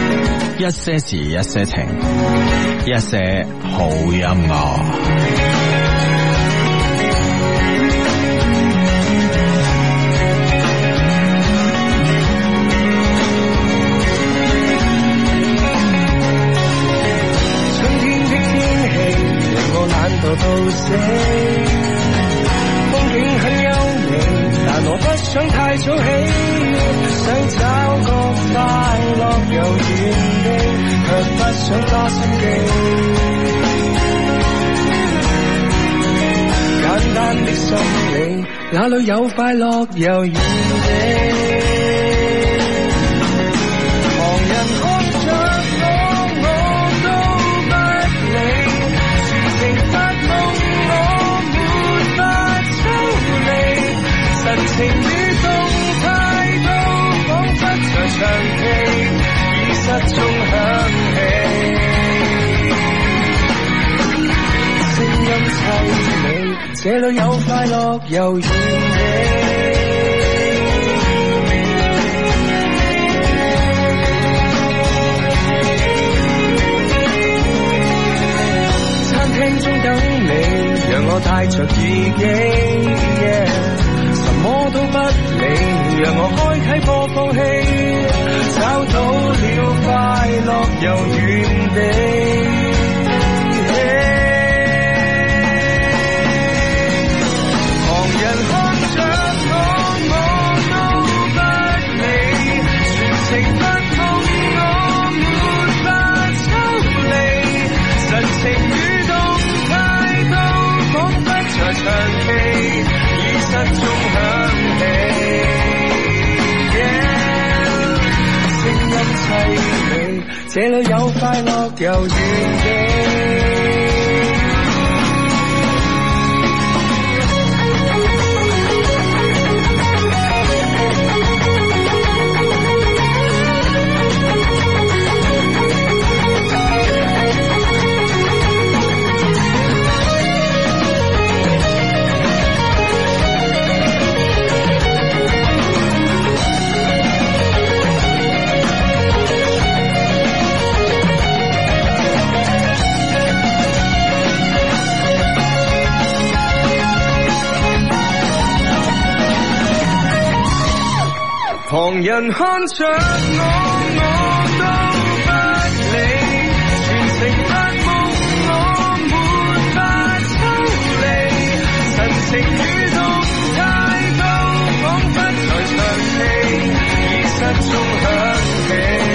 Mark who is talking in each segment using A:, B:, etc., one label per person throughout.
A: 一些事，一些情，一些好音樂。
B: 春天的天氣令我懶惰到死，風景很優美，但我不想太早起，想找個快樂又遠的，卻不想多心機。簡單的心理，哪裏有快樂又遠的？旁人哭着講我都不理，全城發夢我沒法抽離，神情與動態都彷彿在長期，耳塞中響起，聲音凄美，這裏有快樂又遠的。餐廳中等你，讓我戴着耳機，yeah，什麼都不理，讓我開啟播放器，找到了快樂又遠地。旁人看着我，我都不理，全程不碰我，沒法抽離。神情與動態都彷彿在長期，耳塞中響起。Yeah，聲音凄美，這裏有快樂又遠地。旁人看着我，我都不理，全程發夢，我沒法抽離，神情與動態都彷彿在長期，耳塞中響起。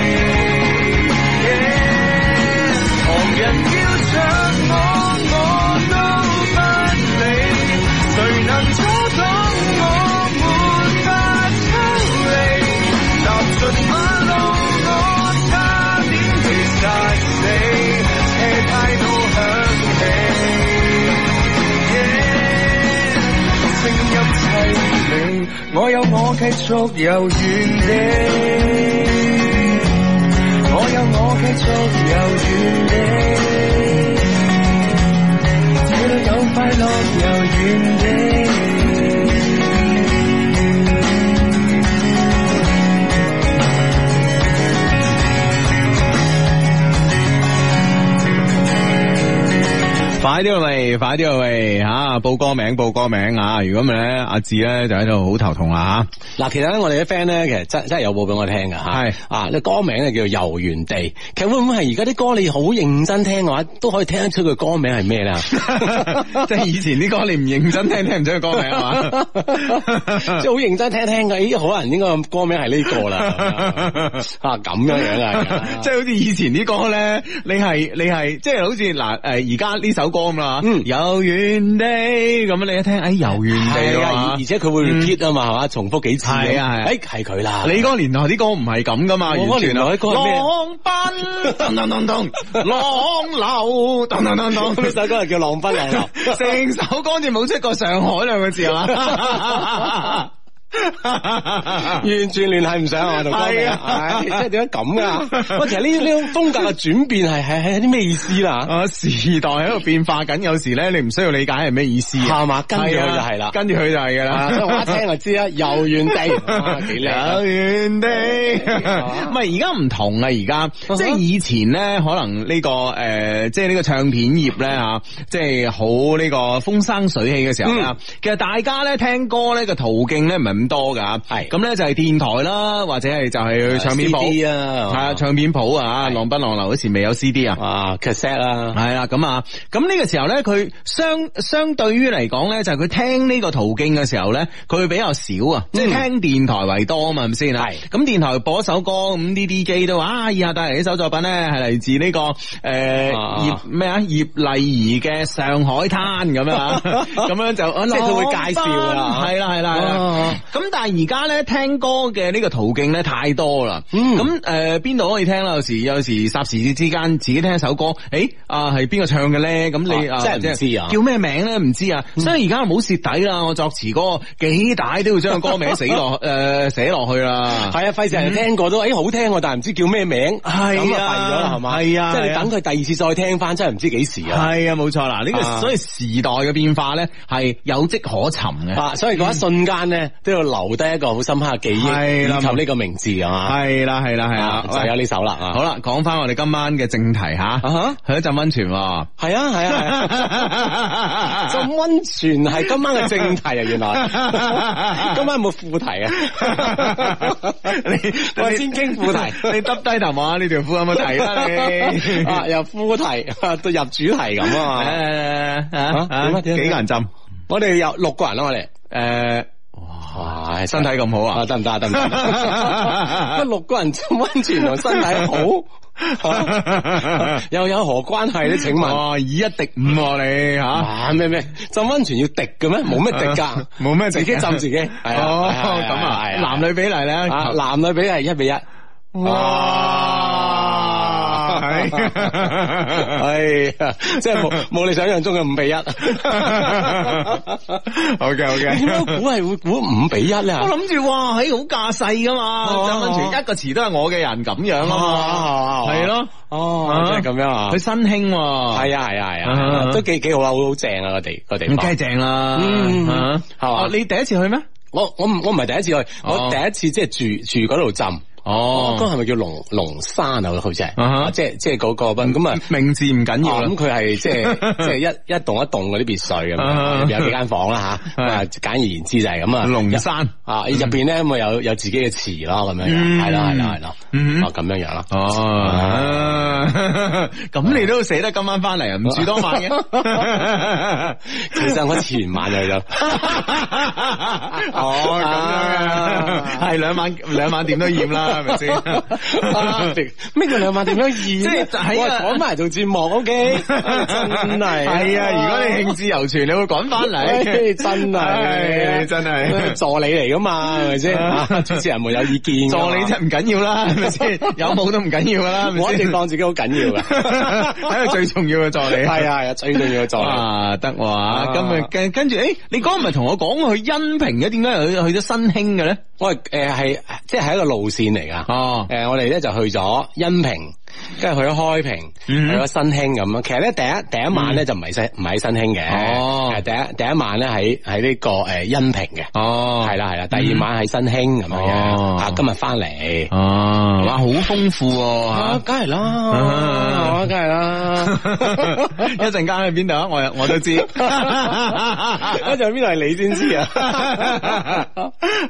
B: Yeah，旁人叫着我，我都不理，誰能阻擋我沒法抽離？踏進馬路，我差點被殺死，車胎都響起。Yeah，聲音凄美，我有我繼續遊園地，我有我繼續遊園地，這裏有快樂遊園地。
A: 快啲啊喂，快啲啊喂，吓、報歌名，報歌名啊！如果唔係咧，阿志咧就喺度好頭痛啦
C: 嗱，其實咧，我哋啲 friend 咧，其實真真係有報俾我聽噶吓，
A: 係
C: 啊，呢歌名咧叫《遊園地》，其實會唔會係而家啲歌你好認真聽嘅話，都可以聽得出佢歌名係咩咧？
A: 吓，即係以前啲歌你唔認真聽，聽唔出佢歌名係嘛
C: 即係？好認真聽一聽嘅，咦，可能應該歌名係呢個 啦，啊咁樣樣啊，
A: 即係好似以前啲歌咧，你係你係即係好似嗱誒而家呢首歌咁啦，
C: 嗯
A: 遊園地咁你一聽，哎遊園地
C: 係啊，而
A: 啊
C: 而，且佢會
A: 嗯
C: repeat 啊嘛，係嘛，重複幾次，
A: 係啊係啊
C: 誒係佢啦，
A: 你嗰個年代啲歌唔係咁噶嘛，
C: 我嗰個
A: 完全啊
C: 年代啲歌係咩
A: 浪奔噔噔噔噔，浪流噔噔噔
C: 呢
A: 噔。
C: 首歌係叫《 浪奔浪流》。
A: 成首歌好似冇出過上海兩個字啊嘛。
C: 完全聯繫唔上啊！同啊歌名，
A: 係啊
C: 唉即係點解 咁 噶？喂，其實呢呢種風格嘅轉變係係係啲咩意思啦？
A: 啊，時代喺度變化緊，有時咧你唔需要理解係咩意思啊，
C: 係嘛，跟住佢就係啦。
A: 跟住佢就係噶
C: 啊
A: 啦，
C: 所以 我一聽就知啦，遊園 地啊幾靚啊
A: 有遠地， 唔係而家唔同啊！而家即係以前咧，可能呢、個誒、呃即係呢個唱片業咧吓，即係好呢個風生水起嘅時候啦。其實大家咧聽歌咧個途徑咧唔係咁多噶，
C: 係
A: 咁咧就係電台啦，或者係就係去唱片鋪
C: CD 啊
A: 係啊，唱片鋪啊，浪奔浪流嗰時未有 CD 啊。
C: 啊 cassette 啦，
A: 系啦，咁啊，咁呢個時候咧，佢相相對於嚟講咧，就係佢聽呢個途徑嘅時候咧，佢會比較少啊，即係聽電台為多啊嘛，係咪先啊？
C: 係
A: 咁電台播一首歌，咁啲 D J 都話啊，以下帶嚟呢首作品咧，係嚟自呢、個诶
C: 啊
A: 葉咩啊葉麗儀嘅《上海灘》咁樣啊，咁樣就
C: 即係佢會介紹啊
A: 係啦係啦係啦
B: 哦
C: 啊。
A: 嗯咁但係而家咧聽歌嘅呢個途徑咧太多啦，
C: 嗯
A: 咁誒邊度可以聽啦？有時有時霎時之間自己聽一首歌，誒啊係邊個唱嘅咧？咁你
C: 啊真係唔知啊
A: 叫咩名咧？唔知啊，所以而家唔好蝕底啦！我作詞嗰個幾大都要將個歌名死 落誒寫落去啦。
C: 係啊，費事人哋聽過都，誒好聽喎，但係唔知叫咩名，
A: 係啊
C: 咁啊廢咗啦，係嘛？
A: 係啊
C: 即係
A: 係
C: 你
A: 啊
C: 等佢第二次再聽翻，真係唔知幾時啊！
A: 係啊，冇錯啦，呢個
C: 啊
A: 所以時代嘅變化咧係有跡可尋嘅。
C: 啊，所以嗰一瞬間咧，都要留低一個好深刻嘅記
A: 係啦
C: 憶，以及呢個名字啊嘛，
A: 係啦，係啦，係
C: 啊
A: 啦，
C: 就有
A: 喂
C: 呢首啦啊！
A: 好啦，講翻我哋今晚嘅正題吓，
C: 啊哈
A: 去一浸温泉喎。
C: 係啊，係啊，係啊。 浸温泉係今晚嘅正題啊，原來今晚有冇副題啊？
A: 你
C: 我先傾副題。
A: 你耷低頭望下呢條褲有冇睇 啦
C: 啊，由副題到入主題咁 啊
A: 哎
C: 嘛。
A: 你？
C: 啊點啊點啊
A: 幾個哎人呃浸？
C: 我哋有六個人啦，啊我哋
A: 誒，
C: 哇，
A: 身體咁 好
C: 啊，
A: 啊？
C: 得唔得啊？得唔 得啊？乜六個人浸温泉同身體好， 啊又有何關係咧？請問，
A: 哇，以一敵五喎你吓，
C: 啊咩咩浸温泉要滴 嘅咩？冇咩滴㗎，
A: 啊冇咩敵
C: 自己浸自己。係 啊
A: 哦，
C: 係係係
A: 咁啊，
C: 係
A: 男女比例咧？
C: 啊男女比係一比一。
A: 哇 係
C: 係啊，即係 冇冇你想象中嘅五比一。
A: ，OK
C: 點解
A: OK。
C: 估係會估五比一咧？
A: 我諗住哇，喺好架勢噶嘛，
C: 哦
A: 浸温泉一個池都係我嘅人咁樣啊嘛，係咯，
C: 哦，即係咁樣啊
A: 佢。新興喎，
C: 係啊係啊係
A: 啊
C: 啊，都幾幾好啊，好好正啊個地個地
A: 咁梗係
C: 方。
A: 正啦，
C: 嗯
A: 啊
C: 係嘛
A: 哦你第一次去咩？
C: 我我唔我唔係第一次去，
A: 哦
C: 我第一次即係住住嗰度浸。哦嗰個係咪叫龍龍山啊？好似
A: 啊哈
C: 係，即係即係嗰個賓咁啊。
A: 名字唔緊要
C: 哦
A: 啦
C: 咁。佢係即係 即係一一棟一棟嗰啲別墅咁
A: 啊
C: 樣，入邊有幾間房啦吓。咁啊，簡而言之就係咁啊。
A: 龍
C: 入
A: 山
C: 啊，入邊咧咪有有自己嘅池咯，咁樣
A: 嗯
C: 樣係啦係啦係啦，
A: 嗯
C: 啊咁樣樣啦。
A: 哦， 咁你都捨得今晚翻嚟啊？唔住多晚嘅。
C: 其實我前晚就 去咗。
A: 哦，咁樣嘅，係兩晚兩晚點都厭啦，係 咪
C: 啊
A: 先？
C: 咩叫兩萬點樣二？
A: 即係喺
C: 我
A: 啊
C: 係趕埋做節目，O K，真係
A: 係啊！如果你興致猶存，你會趕翻
C: 唉
A: 嚟。
C: 哎真係
A: 唉哎真係
C: 助理嚟 噶嘛，係咪先？啊主持人冇有意見㗎
A: 助
C: 嘛，
A: 理 真係唔緊要啦，係咪先？有冇都唔緊要噶啦，係
C: 我
A: 咪
C: 一定
A: 先？
C: 當自己好緊 要㗎。
A: 喺度最重要嘅助理。
C: 係啊係啊，最重要嘅助理。
A: 啊，得喎
C: 啊
A: 咁啊，跟跟住，誒，你嗰日咪同我講過去恩平嘅，點解又去去咗新興嘅咧？
C: 我係誒係即係一個路線嚟㗎。
A: 哦
C: 誒，我哋咧就去咗恩平，跟住去咗開平，
A: 嗯
C: 去咗新興咁樣。其實咧第一第一晚咧就唔係新唔係喺新興嘅，
A: 哦
C: 係第一第一晚咧喺喺呢個誒恩平嘅，
A: 哦
C: 係啦係啦。第二晚喺新興咁樣
A: 哦
C: 嘅，啊今日翻嚟。
A: 哦，哇，好豐富喎
C: 啊，
A: 嚇
C: 梗係啦，
A: 啊
C: 啊梗係啦，
A: 一陣間去邊度啊？我又我 都知。
C: 一陣邊度係你先知啊！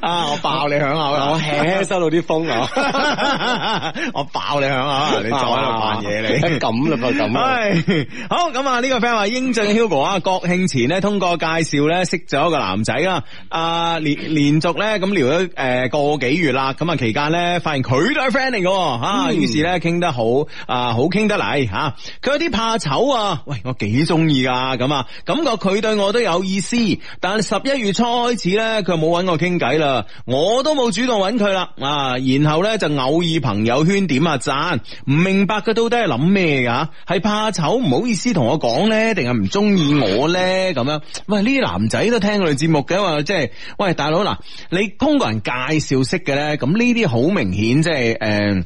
A: 啊！我爆你響口啦！
C: 我輕收到啲風啊，
A: 我爆你響口啊！ 你再喺度扮嘢你。
C: 咁啦噃咁啊，
A: 唉， 好咁啊！呢個 friend 話英俊 Hugo 啊，國慶前咧通過介紹咧識咗一個男仔啦，啊連連續咧咁啊聊咗誒個幾月啦，咁啊期間咧發現佢都係 friend 嚟嘅喎啊，於是咧傾得好啊，好傾得嚟嚇，佢有啲怕醜啊，喂我幾中意㗎咁啊，感覺佢對我都有意思，但係十一月初開始咧佢冇揾我傾偈啦，我都冇主動揾佢啦啊，然後咧就偶爾朋友圈點下讚，唔明。明白佢到底係諗咩㗎？係怕醜唔好意思同我講咧，定係唔中意我咧？咁樣，喂，呢啲男仔都聽我哋節目嘅啊嘛，即係，喂，大佬嗱，你通過人介紹識嘅咧，咁呢啲好明顯即係誒。呃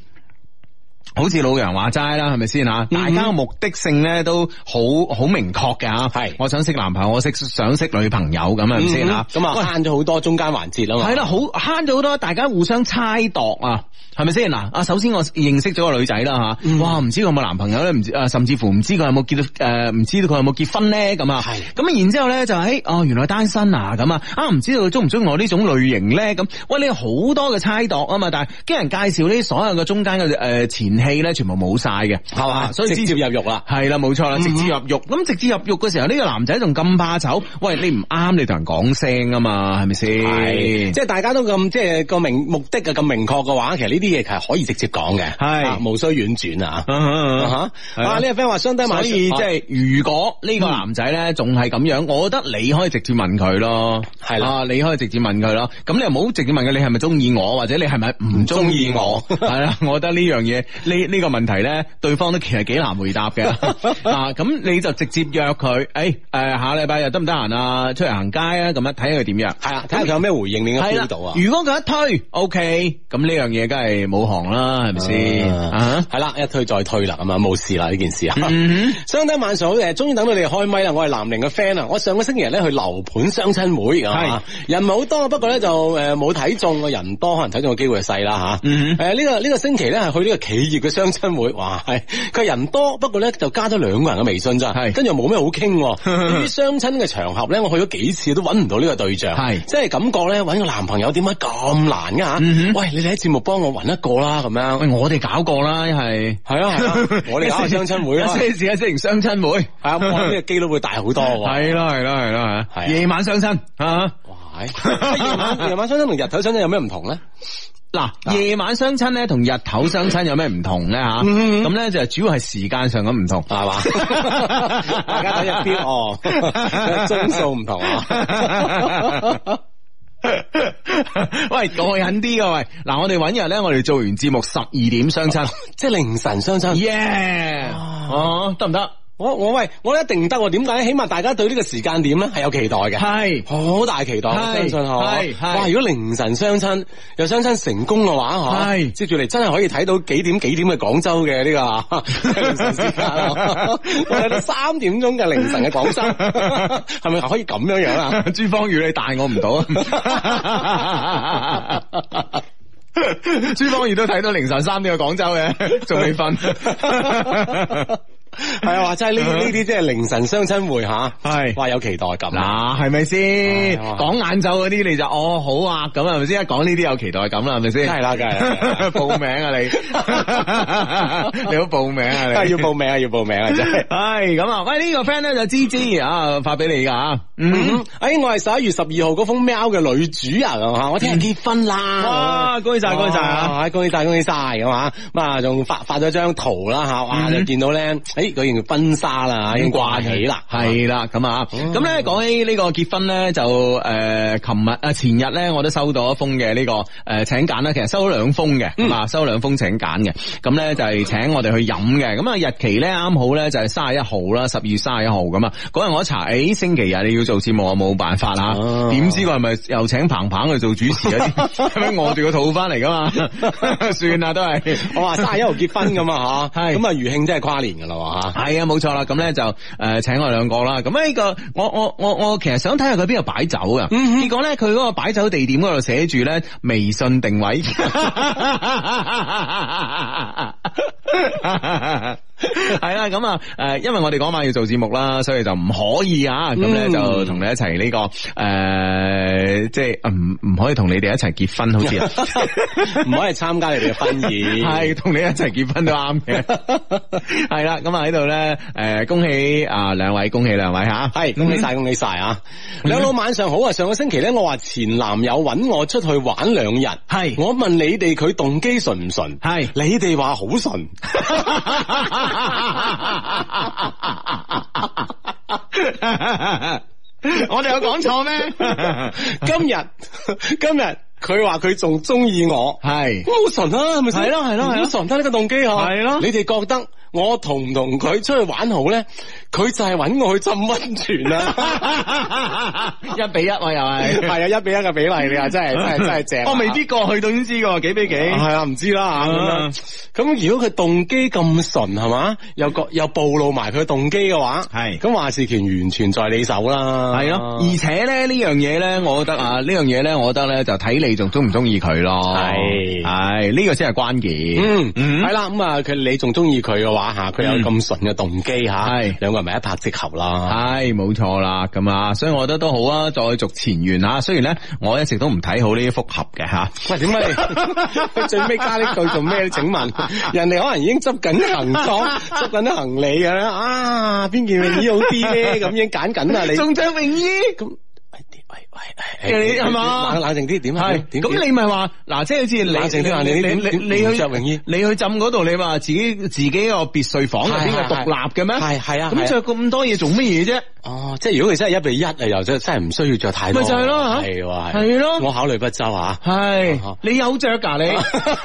A: 好似老楊話齋啦，係咪先吓？大家嘅目的性咧都好好明確嘅吓。
C: 係
A: 我想識男朋友，我識想識女朋友咁係咪先吓？
C: 咁啊慳咗好多中間環節啊嘛。
A: 系啦，好悭咗好多，大家互相猜度啊，係咪先嗱？啊，首先我認識咗個女仔啦吓，
C: 嗯
A: 哇，唔知佢有冇男朋友咧，唔知啊，甚至乎唔知佢有冇結诶，唔、知道佢有冇結婚咧咁啊。
C: 係
A: 咁然之后咧就喺哦，原來單身啊咁啊，啊唔知道佢中唔中意我呢種類型咧咁。喂，你好多嘅猜度啊嘛，但係經人介紹呢所有嘅中間嘅诶前戲咧，全部冇晒嘅，啊
C: 係嘛，
A: 所以
C: 直接入肉啦。
A: 系啦，冇錯啦，直接入獄。咁直接入獄嘅時候，呢、個男仔仲咁怕醜，喂，你唔啱，你同人講聲啊嘛，係咪
C: 系，
A: 先？
C: 即系大家都咁，即系个明目的啊咁明確嘅話，其實呢啲嘢係可以直接講嘅，
A: 係
C: 啊無需婉轉啊。
A: 啊哈啊
C: 啊
A: 哈
C: 哈啊！呢個 friend 話相低哦
A: 所
C: 買，
A: 以即
C: 係
A: 係如果呢個男仔咧仲係咁樣，我覺得你可以直接問佢咯，
C: 係啦
A: 啊，你可以直接問佢咯。咁你又唔好直接問佢你係咪中意我，或者你係咪唔中意我？係 啦，我覺得呢樣嘢呢呢個問題咧，對方都其實幾難回答 嘅。啊，咁你就直接約佢，誒誒下禮拜日得唔得閒啊？出嚟行街啊，咁樣睇下佢點樣。
C: 係啦，睇下佢有咩回應，你應該
A: 係
C: feel
A: 啦
C: 到啊。
A: 如果佢一推，OK，咁呢樣嘢梗係冇行啦，係咪先？啊，
C: 系嗯啦，一推再推啦，咁啊冇事啦呢件事啊。
A: 嗯哼。
C: 相低晚上好，誒，終於等到你哋開咪啦！我係南寧嘅 friend 啊，我上個星期日咧去樓盤相親會啊，人唔係好多，不過咧就誒冇睇中，個人多可能睇中嘅機會細啦嚇。
A: 嗯
C: 誒呢個呢個星期咧係去呢個企業嘅相親會，哇係佢人多，不過咧就加咗兩個人嘅微信咋，
A: 係
C: 跟住又冇咩好 傾喎。對於相親嘅場合咧，我去咗幾次都揾唔到呢個對象，
A: 係
C: 即係感覺咧揾個男朋友點解咁難嘅嚇？
A: 嗯哼
C: 喂，你哋喺節目幫我揾一個啦咁 樣
A: 喂，。我哋搞過啦，係
C: 係啊係啊， 我哋搞下相親會
A: 一
C: 啦。
A: 些事一些情相親會，
C: 系 啊，我呢個機率會大好多喎。
A: 係啦係啦係啦
C: 係啊
A: 夜晚相親啊！
C: 哇，哎夜晚夜晚相親同日頭相親有咩唔同咧？
A: 嗱，夜晚相親咧同日頭相親有咩唔同咧吓？
C: 啊嗯
A: 咁咧就主要係時間上嘅唔 同。
C: 係嘛？大家睇日表哦， 鐘數唔同啊。
A: 喂，過癮啲啊噶喂！嗱，我哋揾日咧，我哋做完節目十二點相親
C: 即係凌晨相親，
A: 耶！哦，得唔得？
C: 我我喂，我一定得喎。點解？起碼大家對呢個時間點咧係有期待嘅，
A: 係
C: 好大期待。我
A: 係
C: 相信嗬，
A: 係係
C: 哇！如果凌晨相親又相親成功嘅話，嗬，
A: 係
C: 接住嚟真係可以睇到幾點幾點嘅廣州嘅呢個 凌晨時間啊， 我睇到三點鐘嘅凌晨嘅廣州， 係咪可以咁樣樣啊？
A: 朱芳雨，你大我唔 到啊！朱芳雨都睇到凌晨三點去廣州嘅，仲未 瞓。
C: 系啊，哇！真係
A: 嗯
C: 呢呢啲即係凌晨相親會吓，
A: 係
C: 哇有期待感啊！
A: 嗱，係啊咪先？
C: 唉哇
A: 講晏晝嗰啲你就哦好啊，咁係咪先？一講呢啲有期待感啦，係咪先？
C: 梗係啦梗係啦梗係啦
A: 報名 啊你，你好報名
C: 梗
A: 啊
C: 係
A: 你
C: 要。報名啊，要報名啊，真係。
A: 唉，咁啊，喂，呢、個 friend 咧就芝芝啊，發俾你噶啊，嗯
C: 嗯，，哎，我係十一月十二號嗰封喵嘅女主人啊，我聽日結婚啦！
A: 嗯哇，恭喜晒，恭喜晒啊！
C: 哇！恭喜晒，恭喜晒咁啊！咁啊，仲發發咗張圖啦吓，哇！
A: 嗯
C: 就見到咧，誒嗰件婚紗啦，已經掛起啦，哦
A: 系啦，咁啊，咁咧講起呢個結婚咧，就诶，琴日啊前日咧，我都收到一封嘅呢個诶請柬啦，其實收咗兩封
C: 嗯
A: 嘅，咁啊收咗兩封請柬嘅，咁咧就係請我哋去飲嘅，咁啊日期咧啱好咧就係三十一號啦，十二月三十一號咁啊，嗰日我一查，诶星期日你要做節目，我冇辦法啦，
C: 哦
A: 點知佢係咪又請彭彭去做主持啊？ 係咪餓住個肚翻嚟噶嘛？ 算啦，都係。
C: 我話三十一號結婚咁啊 吓，
A: 係
C: 咁啊餘慶真係跨年噶啦喎吓。
A: 系啊，冇錯啦，咁咧就诶、呃、请我哋兩個啦。咁呢個我我我我其實想睇下佢邊度擺酒噶，結果咧佢嗰個擺酒地點嗰度寫住咧微信定位。係啦，咁啊，诶，因為我哋嗰晚要做節目啦，所以就唔可以啊，咁咧
C: 嗯
A: 就同你一齊呢、個个呃即係唔唔可以同你哋一齊結婚，好似啊
C: 唔可以參加你哋嘅婚宴，
A: 系同你一齊結婚都啱 嘅，係啦，咁啊喺度咧，诶，恭喜啊兩位，恭喜兩位吓，
C: 系恭喜晒，恭喜晒啊！
A: 嗯
C: 兩老晚上好啊！上個星期咧，我話前男友揾我出去玩兩日，
A: 係
C: 我問你哋佢動機純 唔純？
A: 係
C: 你哋話好純，
A: 我哋有講錯咩？
C: 今日今日佢話佢仲中意我，
A: 系
C: 咁好純啦，係咪先？
A: 係咯係咯係咯
C: 好純啦呢個動機嗬。
A: 係咯
C: 你哋覺得我同唔同佢出去玩好咧？佢就係揾我去浸温泉 啊！
A: 一比一喎，又
C: 係
A: 系。
C: 啊，一比一嘅比例，你話真係真係真係正啊。
A: 我未必過去到先知喎，幾比幾？
C: 系啊，唔知啦吓咁
A: 啊
C: 樣咁如果佢動機咁純係嘛，又覺又暴露埋佢嘅動機嘅話，
A: 係
C: 咁話事權完全在你手啦。
A: 係咯，而且咧呢樣嘢咧，我覺得啊，呢樣嘢咧，我覺得咧就睇你仲中唔中意佢咯。
C: 係
A: 係呢個先係關鍵。
C: 嗯，
A: 嗯
C: 係啦，咁啊，佢你仲中意佢嘅話吓，佢有咁純嘅動機吓，
A: 係
C: 兩個人咪一拍即合啦。
A: 係冇錯啦，咁啊，所以我覺得都好啊，再續前緣啊。雖然咧，我一直都唔睇好呢啲複合嘅吓，
C: 喂，點解你 佢最尾加呢句做咩？請問人哋可能已經執緊行 裝、執緊啲行李嘅啦，啊，邊件泳衣好啲咧？ 咁已經揀緊啊啦，你
A: 着泳衣。
C: 咁。喂喂
A: 你
C: 喂，
A: 係嘛
C: 冷冷靜啲，點啊？
A: 系，
C: 點
A: 咁你咪話嗱，即係好似你
C: 冷靜啲話啊你
A: 你
C: 點
A: 你
C: 點
A: 你
C: 點
A: 去
C: 着泳衣
A: 你去浸嗰度，你話自己自己個別墅房入邊係
C: 係係
A: 獨立嘅咩？
C: 係係啊係
A: 咁
C: 啊
A: 着咁多嘢做乜嘢啫？
C: 哦，即係如果佢真係一比一啊，又真真係唔需要着太多，
A: 咪就係咯嚇
C: 係啊喎，
A: 係咯。
C: 我考慮不周啊
A: 係
C: 啊
A: 你有着噶你？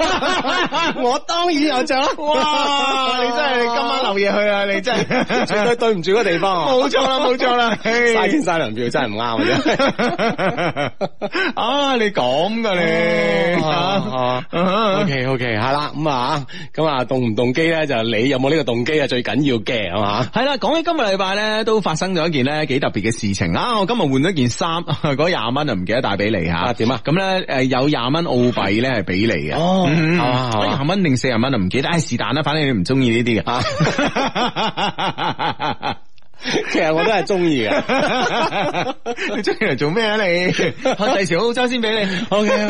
C: 我當然有着啦，
A: 哇！你真係你今晚留夜去啊！你真係
C: 絕對對唔住個地 方啊，
A: 冇錯啦，冇錯 啦，
C: 嘥
A: 唉
C: 錢嘥糧 票真係唔啱嘅啫。
A: 啊！你咁噶你啊
C: 哦哦 O K O K，係啦，咁啊，咁啊，動唔動機咧，就你有冇呢個動機啊，最緊要嘅係嘛。
A: 系啦，講起今個禮拜咧，都發生咗一件咧幾特別嘅事情啊！我今日換咗件衫， 嗰廿蚊啊唔記得帶俾你吓。
C: 啊點啊
A: 咁咧誒有廿蚊澳幣咧係俾你嘅。
C: 哦
A: 嗯
C: 係嘛係嘛
A: 廿蚊定四十蚊啊唔記得，唉是但啦，反正你唔中意呢啲嘅。
C: 啊，其實我都係中意 嘅。
A: 你中意嚟做咩啊 你？我第時澳洲先俾你。
C: O K，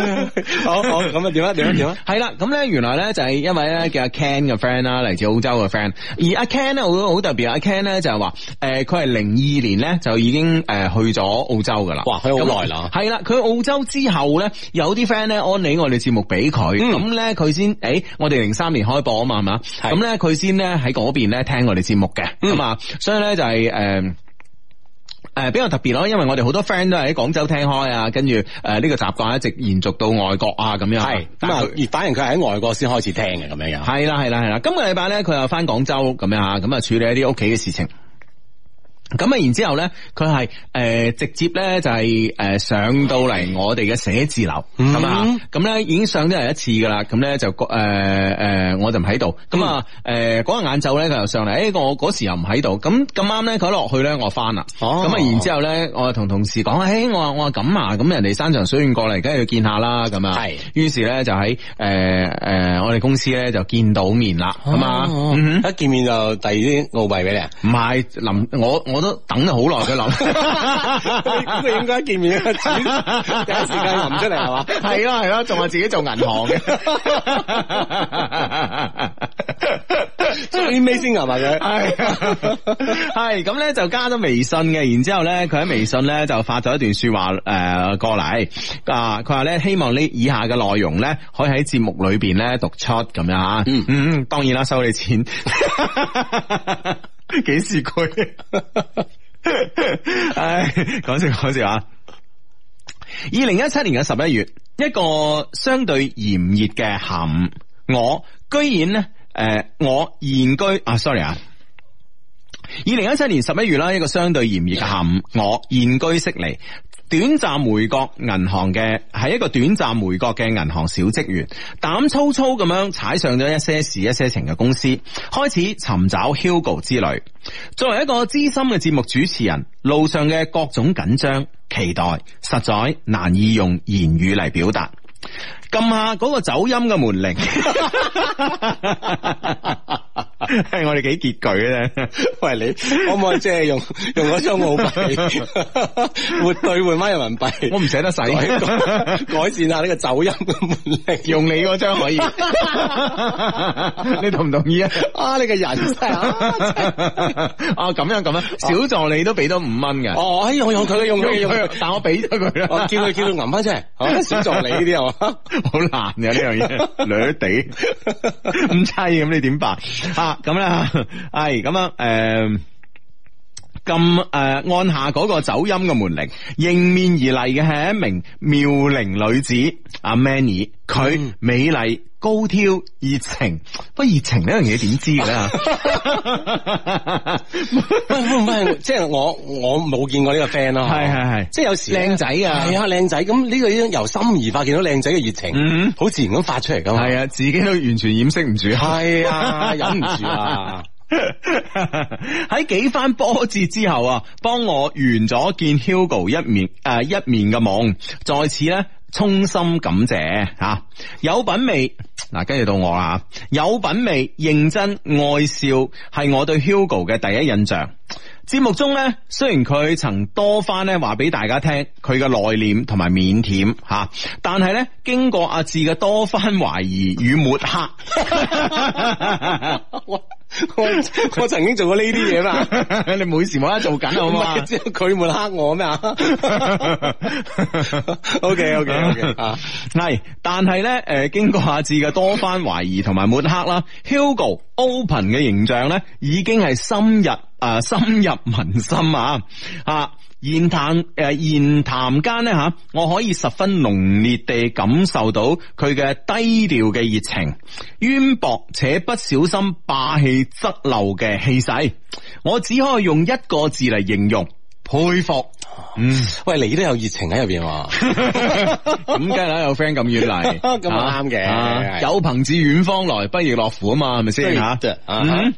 C: 好好，咁啊點啊點啊點啊，
A: 系啦，咁咧原來咧就係因為咧叫阿 Ken 嘅 friend 啦，嚟自澳洲嘅 friend，而阿 Ken 咧好好特啊別，阿 Ken 咧就係話，誒佢係零二年咧就已經誒去咗澳洲噶啦，
C: 哇佢好耐啦
A: 咁係啦，佢澳洲之後咧有啲 friend 咧安利我哋節目俾佢，
C: 嗯
A: 咁咧佢先，誒我哋零三年開播啊嘛，係嘛，
C: 係
A: 咁咧佢先咧喺嗰邊咧聽我哋節目嘅，
C: 嗯
A: 咁啊，所以咧就係誒。誒、比較特別咯，因為我哋好多 friend 都係喺廣州聽開啊，跟住誒呢個習慣一直延續到外國啊咁樣。
C: 係咁
A: 但
C: 啊
A: 係佢，
C: 而反而佢係喺外國先開始聽嘅咁樣樣。
A: 啊系啦系啦系啦，今個禮拜咧佢又翻廣州咁樣啊，咁啊處理一啲屋企嘅事情。咁啊，然之後咧，佢係誒直接咧就係、呃上到嚟我哋嘅寫字樓
C: 嗯
A: 咁啊，咁咧已經上咗嚟一次噶啦，咁咧就誒誒、呃我就唔喺度，咁啊
C: 嗯
A: 誒嗰日晏晝咧佢又上嚟，誒、我嗰時又唔喺度，咁咁啱咧佢一落去咧我翻啦，
C: 哦
A: 咁啊然之後咧我就同同事講，誒、我話我話咁啊，咁人哋山長水遠過嚟，梗係要見下啦，咁啊，
C: 係
A: 於是咧就喺誒誒我哋公司咧就見到面啦，咁啊，
C: 哦
A: 嗯哼
C: 一見面就遞啲澳幣 俾你啊！
A: 唔係林，我我都等咗好耐佢 諗。
C: 咁你應該一見 面就轉第一時間臨出嚟係嘛？
A: 係咯係咯，仲話自己做銀行嘅，
C: 最尾先 係嘛佢？
A: 啊係咁咧就加咗微信嘅，然之後咧佢喺微信咧就發咗一段説話誒、呃、過嚟啊，佢話咧希望呢以下嘅內容咧可以喺節目裏邊咧讀出咁樣啊，
C: 嗯
A: 嗯，當然啦，收你錢， 幾時佢？唉，講笑講笑啊！二零一七年嘅十一月，一個相對炎熱嘅下午，我居然咧，诶、我現居啊，sorry 啊。二零一七年十一月啦，一個相對炎熱嘅下午，我現居悉尼。短暫回國銀行嘅係一個短暫回國嘅銀行小職員，膽粗粗咁樣踩上咗一些事一些情嘅公司，開始尋找 Hugo 之旅。作為一個資深嘅節目主持人，路上嘅各種緊張、期待，實在難以用言語嚟表達。撳下嗰個走音嘅門鈴， 係我哋幾拮據咧。
C: 喂你，可唔可以即係用用嗰張澳幣活兑換翻人民幣？
A: 我唔捨得使，
C: 改改 改善下呢個走音嘅 門力。
A: 用你嗰張可以， 你同唔同意啊？
C: 啊！你個人真係啊！
A: 啊咁樣咁樣，小助理都俾咗五蚊嘅，
C: 哦，哎，我用佢嘅，用佢嘅，用佢嘅。
A: 但我俾咗佢啦，
C: 哦我叫佢叫佢揞翻出嚟， 啊小助理呢啲哦係嘛？
A: 好難啊嘅呢樣嘢，掠地 啊唔砌咁，你點辦啊？咁啦，係咁樣誒。撳诶、呃按下嗰個走音嘅門鈴，迎面而嚟嘅係一名妙齡女子阿 Manny，佢美麗。高挑熱情，不過熱情呢樣嘢點知嘅咧？
C: 唔係，即係我我冇見過呢個 friend 咯，
A: 係係係
C: 即係有時呢
A: 靚仔啊
C: 係啊靚仔，咁呢個已經由心而發，見到靚仔嘅熱情
A: 嗯，
C: 好自然咁發出嚟噶嘛，
A: 係啊，自己都完全掩飾唔住。
C: 係 啊，忍唔住啊！
A: 喺幾番波折之後啊，幫我完咗見 Hugo 一面诶、呃一面嘅夢，在此咧。衷心感謝吓、啊有品味嗱，跟住到我啦吓，有品味、認真、愛笑係我對 Hugo 嘅第一印象。節目中咧，雖然佢曾多番咧話俾大家聽佢嘅內斂同埋腼腆吓、啊但係咧經過阿志嘅多番懷疑與抹黑。
C: 我我我曾經做過呢啲嘢嘛，
A: 你每時冇得做緊啊好嘛
C: 唔係即係佢抹黑我咩 啊？OK OK OK 啊！
A: 係，但係咧，诶，经过阿志嘅多番懷疑同埋抹黑啦，Hugo Open 嘅形象咧，已經係深入诶、啊深入民心啊啊！言談诶、言談間咧吓，我可以十分濃烈地感受到佢嘅低調嘅熱情、淵博且不小心霸氣側漏嘅氣勢，我只可以用一個字嚟形容：佩服。嗯。
C: 喂，你都有熱情喺入邊 喎，
A: 咁梗係啦，有 friend 咁遠嚟，
C: 咁啊啱嘅
A: 啊
C: 係
A: 有朋自遠方來，不亦樂乎啊嘛，係咪先
C: 對
A: 吓
C: 的？啊
A: 嗯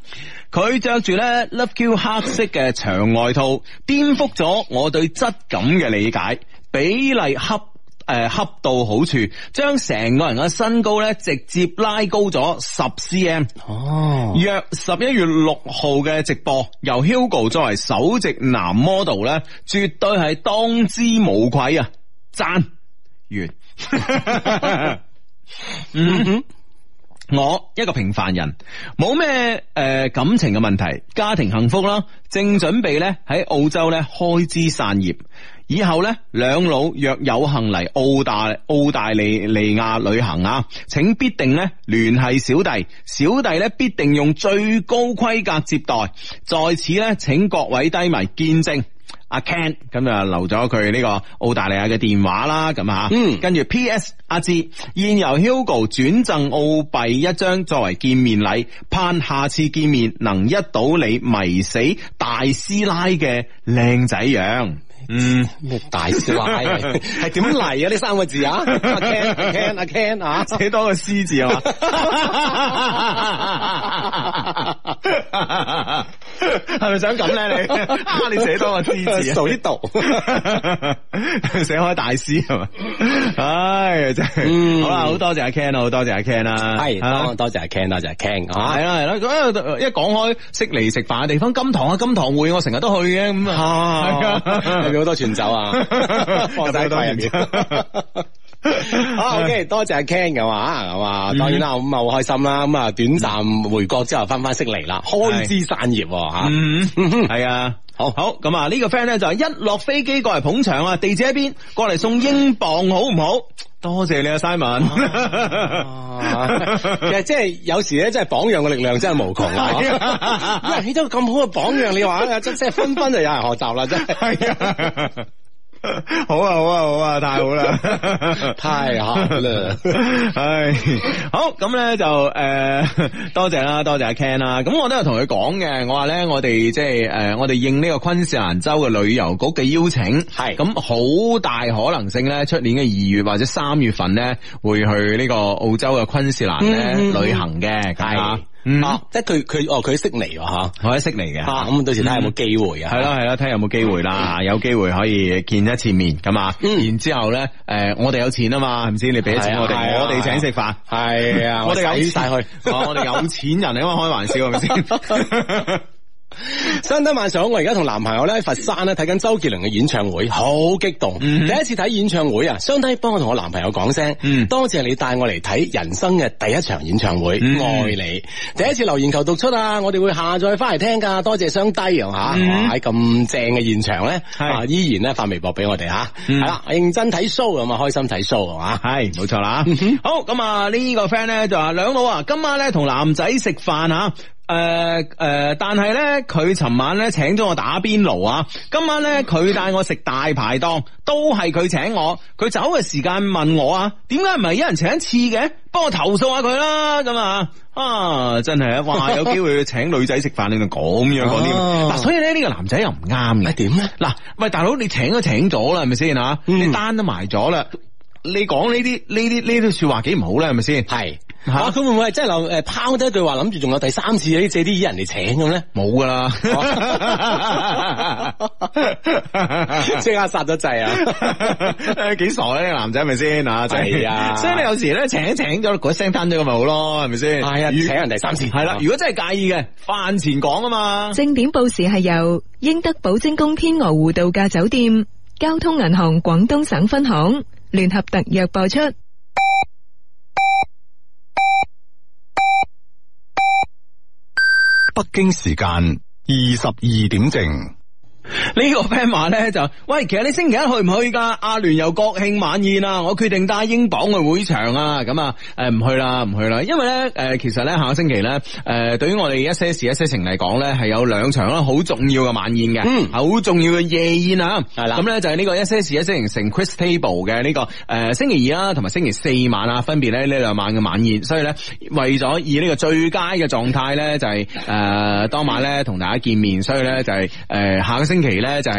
A: 佢着住咧 Love Q 黑色嘅長外套，顛覆咗我對質感嘅理解，比例恰。诶，恰到好處，將成個人嘅身高咧直接拉高咗十 cm。
C: 哦
A: 約十一月六號嘅直播，由 Hugo 作為首席男 model 咧，絕對係當之無愧啊！讚完。嗯哼。我一個平凡人，冇咩诶感情嘅問題，家庭幸福啦，正準備咧喺澳洲咧開枝散葉，以後咧兩老若有幸嚟澳大澳大利利亞旅行啊，請必定咧聯繫小弟，小弟咧必定用最高規格接待，在此咧請各位低迷見證。阿 Ken 咁就留咗佢呢個澳大利亞嘅電話啦，咁啊，
C: 嗯
A: 跟住 P.S. 阿志現由 Hugo 轉贈澳幣一張作為見面禮，盼下次見面能一睹你迷死大師奶嘅靚仔樣。 嗯，
C: 咩大師奶嚟？ 係點嚟啊？呢三個字啊，阿 Ken 阿 Ken 阿 Ken 啊！
A: 寫多個詩字 啊嘛。係咪想咁咧？你啊， 你寫多個詩字啊
C: 做呢 度，
A: 写开大师系嘛？唉，真
C: 嗯
A: 系好啦，好多谢阿 Ken 啊，好多谢阿 Ken 啦，
C: 係
A: 啊
C: 哎多多謝阿 Ken，多謝阿 Ken 啊！
A: 系啦系啦，咁一講開悉尼食飯嘅地方，金堂啊金堂會我成日都去嘅咁 啊，，
C: 入面好多存酒啊 放晒喺櫃入面。 啊，OK，多謝 阿 Ken 嘅話，咁
A: 嗯
C: 啊，當然啦，咁啊好開心啦，咁啊短暫回國之後翻翻悉尼啦，開枝散葉喎吓。
A: 嗯，
C: 嗯哼
A: 系啊。
C: 好
A: 好咁啊！呢個 friend 咧就係一落飛機過嚟捧場啊，地址喺邊？過嚟送英鎊好唔好？多謝你啊
C: 啊 其
A: ，Simon。
C: 實即係有時咧，即係榜樣嘅力量真係無窮
A: 係
C: 啊！
A: 啊
C: 因為起到咁好嘅榜樣，你話哎即即係紛紛就有人學習啦，真 係
A: 系啊。好啊好啊好啊，太好啦，
C: 太好啦！
A: 唉，好咁咧就诶、呃多謝啦，多謝阿 Ken 啦。咁我都有同佢講嘅，我話咧我哋即係诶，我哋應呢個昆士蘭州嘅旅遊局嘅邀請，
C: 係
A: 咁好大可能性咧，出年嘅二月或者三月份咧，會去呢個澳洲嘅昆士蘭咧、
C: 嗯嗯嗯
A: 旅行嘅，咁啊
C: 係，
A: 嗯，
C: 啊，即係佢佢哦，佢悉尼喎吓，
A: 我喺悉尼嘅，
C: 啊咁到時睇下有冇機會啊。
A: 系啦系啦，睇下有冇機會啦，有機會可以見一次面咁啊。
C: 嗯
A: 然之后咧，诶，我哋有錢啊嘛，係咪先？你俾咗
C: 係
A: 錢
C: 啊
A: 我
C: 係
A: 哋，
C: 啊
A: 我哋請食飯。
C: 系 啊，
A: 我哋有
C: 使晒去。
A: 錢啊我哋有錢人嚟嘛，開玩笑係咪 先？
C: 新得晚上好，我而家同男朋友咧喺佛山咧睇緊周杰倫嘅演唱會，好激動。
A: 嗯
C: 第一次睇演唱會啊，相低幫我同我男朋友講聲，
A: 嗯
C: 多謝你帶我嚟睇人生嘅第一場演唱會，
A: 嗯
C: 愛你。第一次留言求讀出啊，我哋會下載翻嚟聽㗎，多謝相低啊吓，
A: 嗯
C: 哇喺咁正嘅現場咧，
A: 係
C: 啊依然咧發微博俾我哋吓，
A: 嗯
C: 係啦，認真睇 show 咁啊，開心睇 show 係 嘛，
A: 系冇錯啦。好咁啊，呢個 friend 咧就話兩老啊，今晚咧同男仔食飯啊。诶诶，但係咧佢尋晚咧請咗我打邊爐啊，今晚咧佢帶我食大排檔，都係佢請我。佢走嘅時間問我啊，點解唔係一人請一次嘅？幫我投訴下佢啦，咁啊。啊，真係啊！哇，有機會請女仔食飯，你就咁樣講添。
C: 哦
A: 嗱、所以咧呢、個男仔又唔啱嘅。
C: 啊點咧？
A: 嗱，喂，大佬，你請都請咗啦，係咪先吓？
C: 嗯
A: 你單都埋咗啦，你講呢啲呢啲呢啲说話幾唔好咧，係咪先？
C: 係
A: 嚇
C: 啊，佢會唔會係真係諗诶抛低一句話，諗住仲有第三次呢借啲嘢人嚟請咁咧？
A: 冇噶 啦，
C: 即刻殺咗掣啊！
A: 几傻呢個男仔係咪先啊？ 真係
C: 係啊
A: 所以你有時咧請一請咗嗰聲攤咗咁咪好咯，係咪先？
C: 係啊，
A: 如
C: 請人第三次
A: 係啦，如果真係介意嘅，飯前講啊嘛。
D: 正點報時係由英德寶晶宮天鵝湖度假酒店、交通銀行廣東省分行聯合特約播出。
E: 北京時間二十二點正。
A: 呢個 friend 話咧就，喂，其實你星期一去唔去㗎？阿聯有國慶晚宴啊，我決定帶英鎊去會場啊，咁啊，誒唔去啦，唔去啦，因為咧誒、其實咧下個星期咧誒、對於我哋一些事一些情嚟講咧，係有兩場啦，好重要嘅晚宴嘅，
C: 嗯
A: 好重要嘅夜宴啊，
C: 係啦
A: 咁咧就係呢個一些事一些情成 Chris Table 嘅呢、個誒、星期二啦，啊同埋星期四晚啊，分別咧呢兩晚嘅晚宴，所以咧為咗以呢個最佳嘅狀態咧，就係、誒、當晚咧同大家見面，所以咧就係、誒下個星期咧就係、呃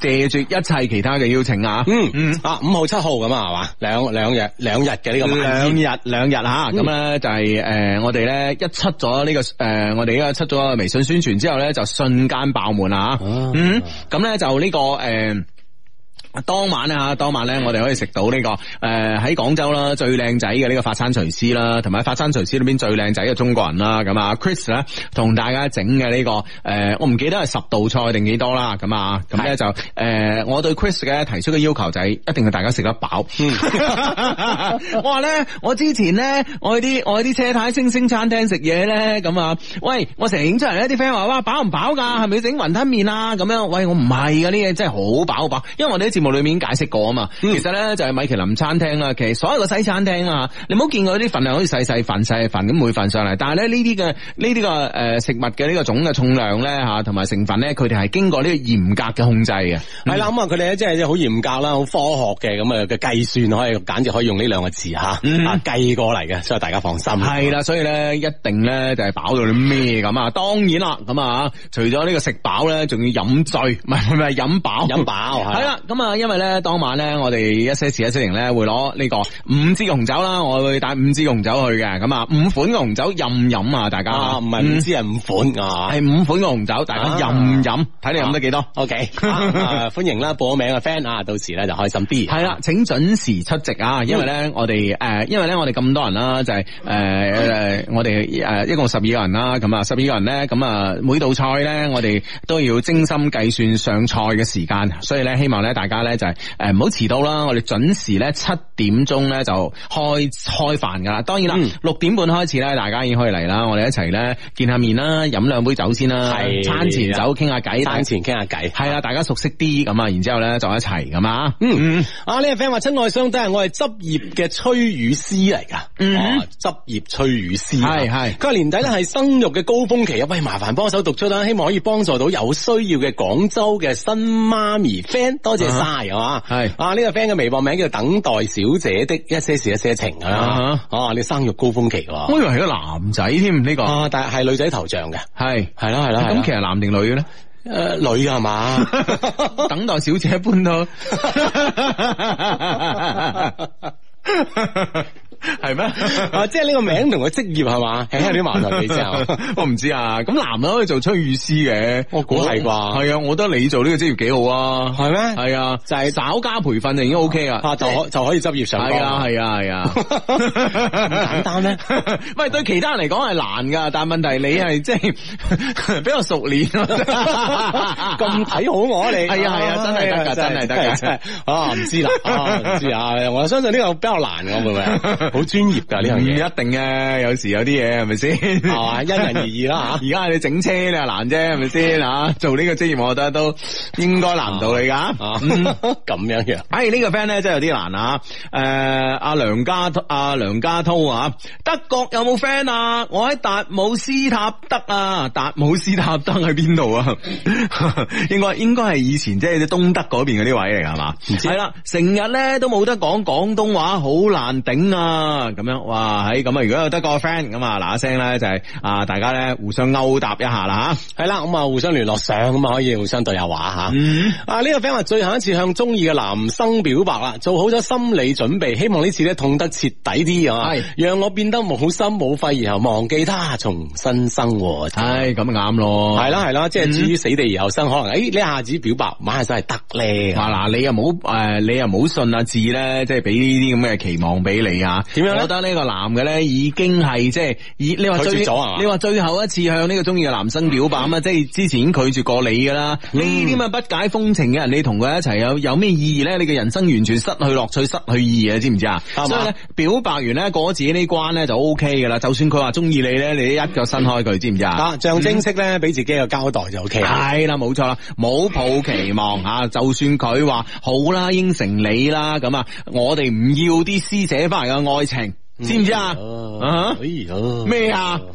A: 借住一切其他嘅邀請啊。
C: 嗯嗯啊，五號七號咁啊，係嘛？兩兩日兩日嘅呢個晚
A: 兩
C: 宴
A: 日兩日吓，咁咧就係诶我哋咧一出咗呢個诶我哋呢個出咗微信宣傳之後咧，就瞬間爆滿啦吓
C: 啊
A: 嗯，咁咧就呢個诶。當晚啊，當晚咧，我哋可以食到呢、個诶喺廣州啦最靚仔嘅呢個法餐廚師啦，同埋法餐廚師裏邊最靚仔嘅中國人啦，咁啊 Chris 咧同大家整嘅呢個诶、呃我唔記得係十道菜定幾多啦，咁啊，咁咧就诶、呃我對 Chris 嘅提出嘅要求就係一定要大家食得飽。 我話咧，我之前咧，我去啲我去啲車太星星餐廳食嘢咧，咁啊，喂，我成日影出嚟咧，啲 friend 話哇飽唔飽㗎？係咪要整雲吞麵啊？咁樣，喂，我唔係㗎，呢嘢真係好飽好飽，因為我哋喺節目裏面解釋過啊嘛。其實咧就係米其林餐廳啊啦，其實所有嘅西餐廳啦，你唔好見佢啲份量好似細細份細細份咁每份上嚟，但係咧呢啲嘅呢啲個誒食物嘅呢個總嘅重量咧嚇，同埋成分咧，佢哋係經過呢個嚴格嘅控制嘅。
C: 係啦，咁啊，佢哋咧即係好嚴格啦，好科學嘅咁啊嘅計算，可以簡直可以用呢兩個字吓，啊
A: 嗯
C: 計過嚟嘅，所以大家放心。
A: 系啦，所以咧一定咧就係飽到你咩咁啊！當然啦，咁啊，除咗呢個食飽咧，仲要飲醉，唔係唔係飲飽，
C: 飲飽係啦
A: 係啦，咁啊，因為咧當晚咧，我哋一些事一些情咧會攞呢個五支嘅紅酒啦，我會帶五支嘅紅酒去嘅，咁啊五款嘅紅酒任飲啊，大家
C: 啊，唔係唔知係五啊款啊。
A: 係五款嘅紅酒，大家任飲，睇你飲得幾多。
C: O K，歡啊迎啦，報咗名嘅 friend 啊，到時咧就開心啲。
A: 系啦，請準時出席
C: 嗯
A: 啊！因為咧，我哋诶、呃因為咧，我哋咁多人啦，就係诶诶，我哋诶、呃一共十二個人啦，咁啊，十二個人咧，咁啊，每道菜咧，我哋都要精心計算上菜嘅時間，所以咧，希望咧大家咧就係呃诶唔好遲到啦，我哋準時咧七點鐘咧就開開飯噶啦。當然啦
C: 嗯，
A: 六、點半開始咧，大家已經可以嚟啦，我哋一齊咧見下面啦，飲兩杯酒先啦，
C: 係
A: 餐前酒傾下偈，
C: 單前傾下偈。
A: 係啦，大家熟悉啲咁啊，然之后咧就一齊咁啊，
C: 嗯，啊呢個 friend 話親愛相低，我係執業嘅催乳師嚟噶，
A: 嗯
C: 哦執業催乳師啊，
A: 係係
C: 佢話年底咧係生育嘅高峰期啊，喂，麻煩幫手讀出啦，希望可以幫助到有需要嘅廣州嘅新媽咪 friend，多謝晒啊，
A: 係
C: 啊呢個 friend 嘅微博名叫等待小姐的一些事一些情
A: 啊
C: 啊，哦你生育高峰期喎，
A: 我以為係個男仔添，呢、個係
C: 啊但係係女仔頭像嘅，係啦係啦，係啦
A: 咁其實男定女嘅 咧？
C: 誒女嘅係嘛？
A: 等待小姐搬到係咩？
C: 啊，即係呢個名同個職業係嘛，係有啲矛盾，你知 係嘛？
A: 我唔知啊，咁男人可以做催乳師嘅，
C: 我估係啩
A: 係啊，我覺得你做呢個職業幾好啊，
C: 係咩
A: 係啊，就係稍加培訓就已經 OK 啊，
C: 啊，就可 就可以執業上
A: 係啊，
C: 啊，
A: 係啊，係 啊， 咁
C: 簡單咩？
A: 喂，對其他人嚟講係難噶，但問題你係即係 比較熟練啊，
C: 咁睇好我你，
A: 係啊係 啊真係得㗎真係得㗎
C: 真係啊唔知啦，啊唔知啊，我相信呢個比較難嘅會唔會？好專業㗎呢樣
A: 唔一
C: 嘢，
A: 定嘅，有時有啲嘢係咪先？
C: 係嘛？因人 而異啦啊
A: 而家你整車你又難啫，係咪先吓？做呢個職業，我覺得都應該難唔到你噶
C: 嚇。啊，
A: 嗯
C: 咁樣樣。
A: 哎，呢、個 friend 咧真係有啲難啊！誒、阿梁家阿梁家滔啊，德國有冇 friend 啊？我喺達姆斯塔德啊，達姆斯塔德喺邊度啊？ 應該應該係以前即係東德嗰邊嗰啲位嚟㗎係嘛？係啦，成日咧都冇得講廣東話，好難頂啊！咁樣哇，喺咁啊，如果有德國 friend 咁啊，嗱一聲咧就係、啊，大家咧互相勾搭一下啦嚇。
C: 係啦，咁啊互相聯絡上，咁啊可以互相對下話吓。
A: 嗯
C: 啊呢個 friend 話最後一次向中意嘅男生表白啦，做好咗心理準備，希望呢次咧痛得徹底啲啊，
A: 係
C: 讓我變得冇心冇肺，然後忘記他，重新生活。
A: 唉，咁咪啱咯，
C: 係啦係啦，即係至於死地而後生，可能哎誒呢一下子表白，馬下真係得咧。
A: 話嗱，你又冇诶，你又冇信阿志咧，即係俾呢啲咁嘅期望俾你啊？
C: 點樣咧
A: 我覺得呢個男嘅咧已經係即係以你話
C: 拒絕
A: 最
C: 咗係嘛嗯
A: 你話最後一次向呢個中意嘅男生表白啊嘛，即係之前已經拒絕過你噶啦。呢啲咁嘅不解風情嘅人，你同佢一齊有有咩意義咧？你嘅人生完全失去樂趣，失去意義啊！知唔知啊？
C: 係嘛
A: 所以咧，表白完咧過咗自己呢關咧就 O K 噶啦。就算佢話中意你咧，你一腳伸開佢，知唔知啊？
C: 啊，象徵式咧，俾自己一個交代就 O K 啦。
A: 系啦，冇錯啦，冇抱期 望吓，就算佢話好啦，應承你啦，咁啊，我哋唔要啲施捨翻嚟嘅愛情，知唔知啊？啊
C: 哎呀，
A: 咩啊？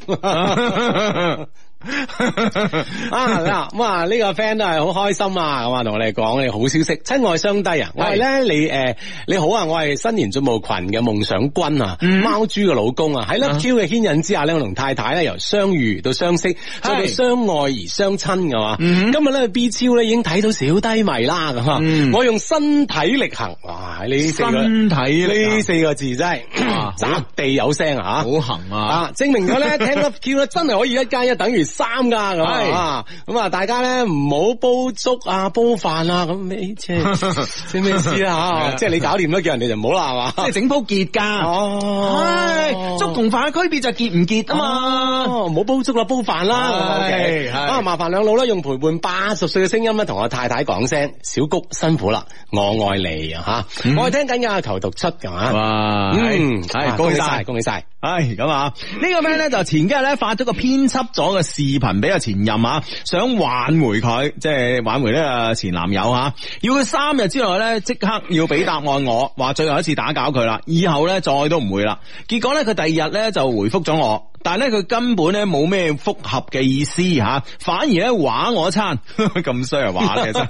C: 啊嗱，咁啊呢個 friend 都係好開心啊！咁啊同我哋講呢個好消息，親愛雙低啊，我係咧你誒你好啊，我係新年進步群嘅夢想君啊，
A: 嗯
C: 貓豬嘅老公啊，喺 Love Q 嘅牽引之下咧，我同太太咧由相遇到相識，再到相愛而相親噶嘛。今日咧 B 超咧已經睇到小低迷啦咁啊
A: 嗯，
C: 我用身體力行，哇！呢 四個
A: 身體力行
C: 呢四個字 真係
A: 哇好
C: 擲地有聲啊！
A: 好行啊！
C: 啊，證 明咗咧，聽 Love Q 咧真係可以一加一等於三噶咁
A: 係
C: 啊！咁啊，大家咧唔好煲粥啊、煲飯啊咁咩，即 係即係咩意思啦啊嚇？即係你搞掂咗叫人哋就唔好
A: 即
C: 啦，係 嘛？
A: 係整鋪結㗎，
C: 哦
A: 係粥同飯嘅區別就係結唔結啊嘛。
C: 哦，唔好煲粥啦，煲飯啦。
A: 係
C: OK
A: 係
C: 啊，麻煩兩老啦，用陪伴八十歲嘅聲音咧，同我太太講聲，小谷辛苦啦，我愛你啊吓，我係聽緊噶，求讀出噶嘛。
A: 嗯哇
C: 嗯，
A: 係
C: 啊
A: 恭喜
C: 晒，
A: 晒！
C: 恭喜晒。
A: 唉，咁啊，呢個 friend 咧就前幾日咧發咗個編輯咗嘅視頻俾個前任啊，想挽回佢，即係挽回呢個前男友吓，要佢三日之內咧即刻要俾答案我，話最後一次打攪佢啦，以後咧再都唔會啦。結果咧佢第二日咧就回覆咗我。但係咧，佢根本咧冇咩復合嘅意思吓，反而咧話我一餐 咁衰啊話你真。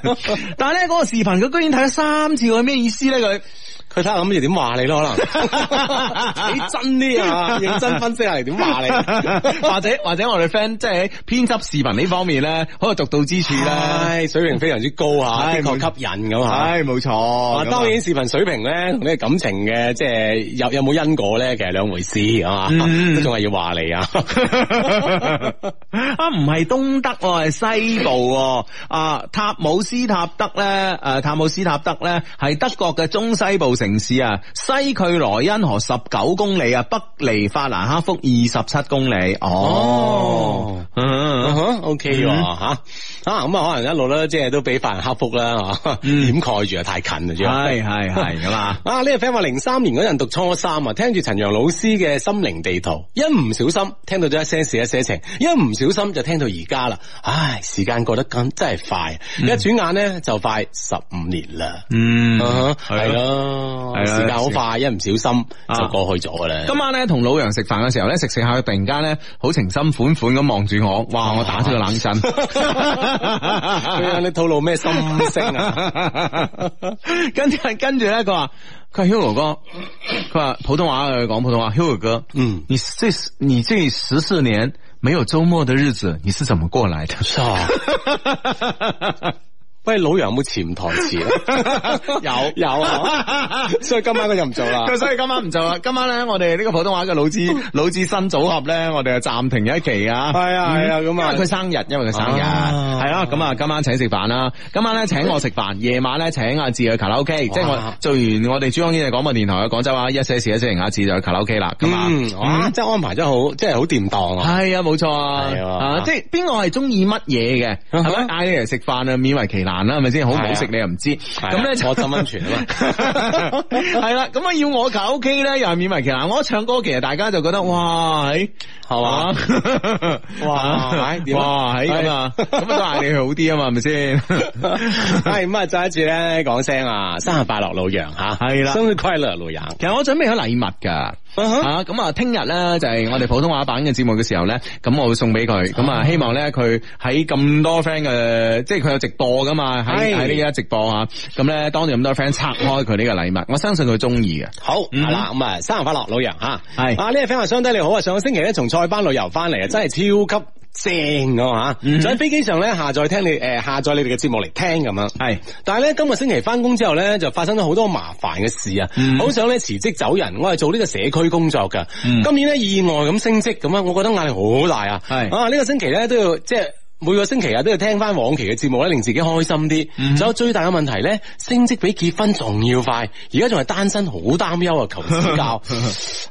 A: 但係咧嗰個視頻佢居然睇咗三次，佢咩意思咧佢？
C: 佢睇下諗住點話你咯，可能幾真啲 啊，認真分析下嚟點話你。
A: 或者或者我哋 friend 即係編輯視頻呢方面咧，可能獨到之處咧，
C: 唉，水平非常之高啊，
A: 唉
C: 的確
A: 冇
C: 吸引咁啊。
A: 唉，冇錯。
C: 啊，
A: 咁啊
C: 當然視頻水平咧同呢個感情嘅即係有有冇因果咧，其實兩回事啊嘛，
A: 嗯
C: 都仲係要話 你啊。
A: 啊，唔係東德喎，係西部喎。啊，塔姆斯塔德咧，誒、塔姆斯塔德咧係德國嘅中西部城市啊，西距萊茵河十九公里啊，北離法蘭克福二十七公里。哦，
C: 哦
A: 嗯
C: ，O K 喎吓啊咁啊，可能一路咧即係都俾法蘭克福啦嚇
A: 嗯
C: 掩蓋住啊，太近啊，主要
A: 係係係咁啊。
C: 啊！呢、個 friend 話零三年嗰陣讀初三啊，聽住陳陽老師嘅《心靈地圖》，一唔小心聽到咗一些事一些情，一唔小心就聽到而家啦。唉，時間過得咁真係快，一轉眼咧就快十五年啦。
A: 嗯
C: 啊哈
A: 係
C: 係
A: 咯
C: 咯，
A: 係啦
C: 時間好快，一唔小心
A: 啊
C: 就過去咗噶啦。
A: 今晚咧同老楊食飯嘅時候咧，食食下佢突然間咧好情深款款咁望住我，哇！我打咗個冷震。
C: 佢哎向你透露咩心聲 啊？
A: 跟住跟住咧，佢話佢話 Hugo 哥，佢話普通話佢講普通話，Hugo 哥，
C: 嗯
A: 你這你這十四年沒有周末的日子，你是怎麼過來的？
C: 傻！喂，老楊有冇潛台詞 啊？ 有有啊，所以今晚佢就唔做 啦。
A: 佢所以今晚唔做啦，今晚咧我哋呢個普通話嘅老子老子新組合咧，我哋就暫停一期啊。
C: 係啊係啊咁啊
A: 因為佢生日，因為佢生日
C: 啊
A: 係啦。咁啊，今晚請食飯啦，今晚咧請我食 飯，夜晚咧請阿志去卡拉 OK，即係我做完我哋珠江經濟廣播電台嘅廣州話一些事一些情，阿志就去卡拉 OK 啦。咁啊，
C: 嗯，哇，真係安排得好，真係好掂當啊！
A: 係啊，冇錯啊，
C: 係啊
A: 啊 即係邊個係中意乜嘢嘅，係咪
C: 啊哈
A: 嗌你嚟食飯啊，勉為其難難啦，係咪先？好唔
C: 係
A: 好
C: 啊
A: 食你又唔知，咁咧就
C: 我浸温泉啊 嘛，
A: 係啦，咁啊要我卡 OK 咧，又係勉為其難。我一唱歌，其實大家就覺得哇，係
C: 係嘛？哇係點啊
A: 哇，係咁啊，咁啊都嗌你去好啲啊嘛，係咪 先？
C: 系咁啊！再一次咧講聲啊，生日快樂老楊吓，
A: 係啦
C: 生日快樂老楊。
A: 其實我準備咗禮物㗎。啊，咁啊，聽日咧就係我哋普通話版嘅節目嘅時候咧，咁我會送俾佢，咁啊，希望咧佢喺咁多 friend 嘅，即係佢有直播噶嘛，喺
C: 係
A: 喺呢一直播啊，咁咧當住咁多 friend 拆開佢呢個禮物，我相信佢中意嘅。
C: 好
A: 嗯
C: 係啦，咁啊，生日快樂老楊吓，
A: 係
C: 啊呢位 friend 話相低你好啊，上個星期咧從塞班旅遊翻嚟啊，真係超級正啊吓，
A: 嗯
C: 就喺飛機上咧下載聽你誒下載你哋嘅節目嚟聽咁樣。
A: 係
C: 但係咧，今個星期翻工之後咧，就發生咗好多麻煩嘅事啊！好、想咧辭職走人，我係做呢個社區工作㗎。今年咧意外咁升職咁啊，我覺得壓力好大啊！
A: 係
C: 啊，呢、個星期咧都要即係。每個星期啊都要聽翻往期嘅節目咧，令自己開心啲。仲有最大嘅問題咧，升職比結婚仲要快，而家仲係單身，好擔憂啊！求指教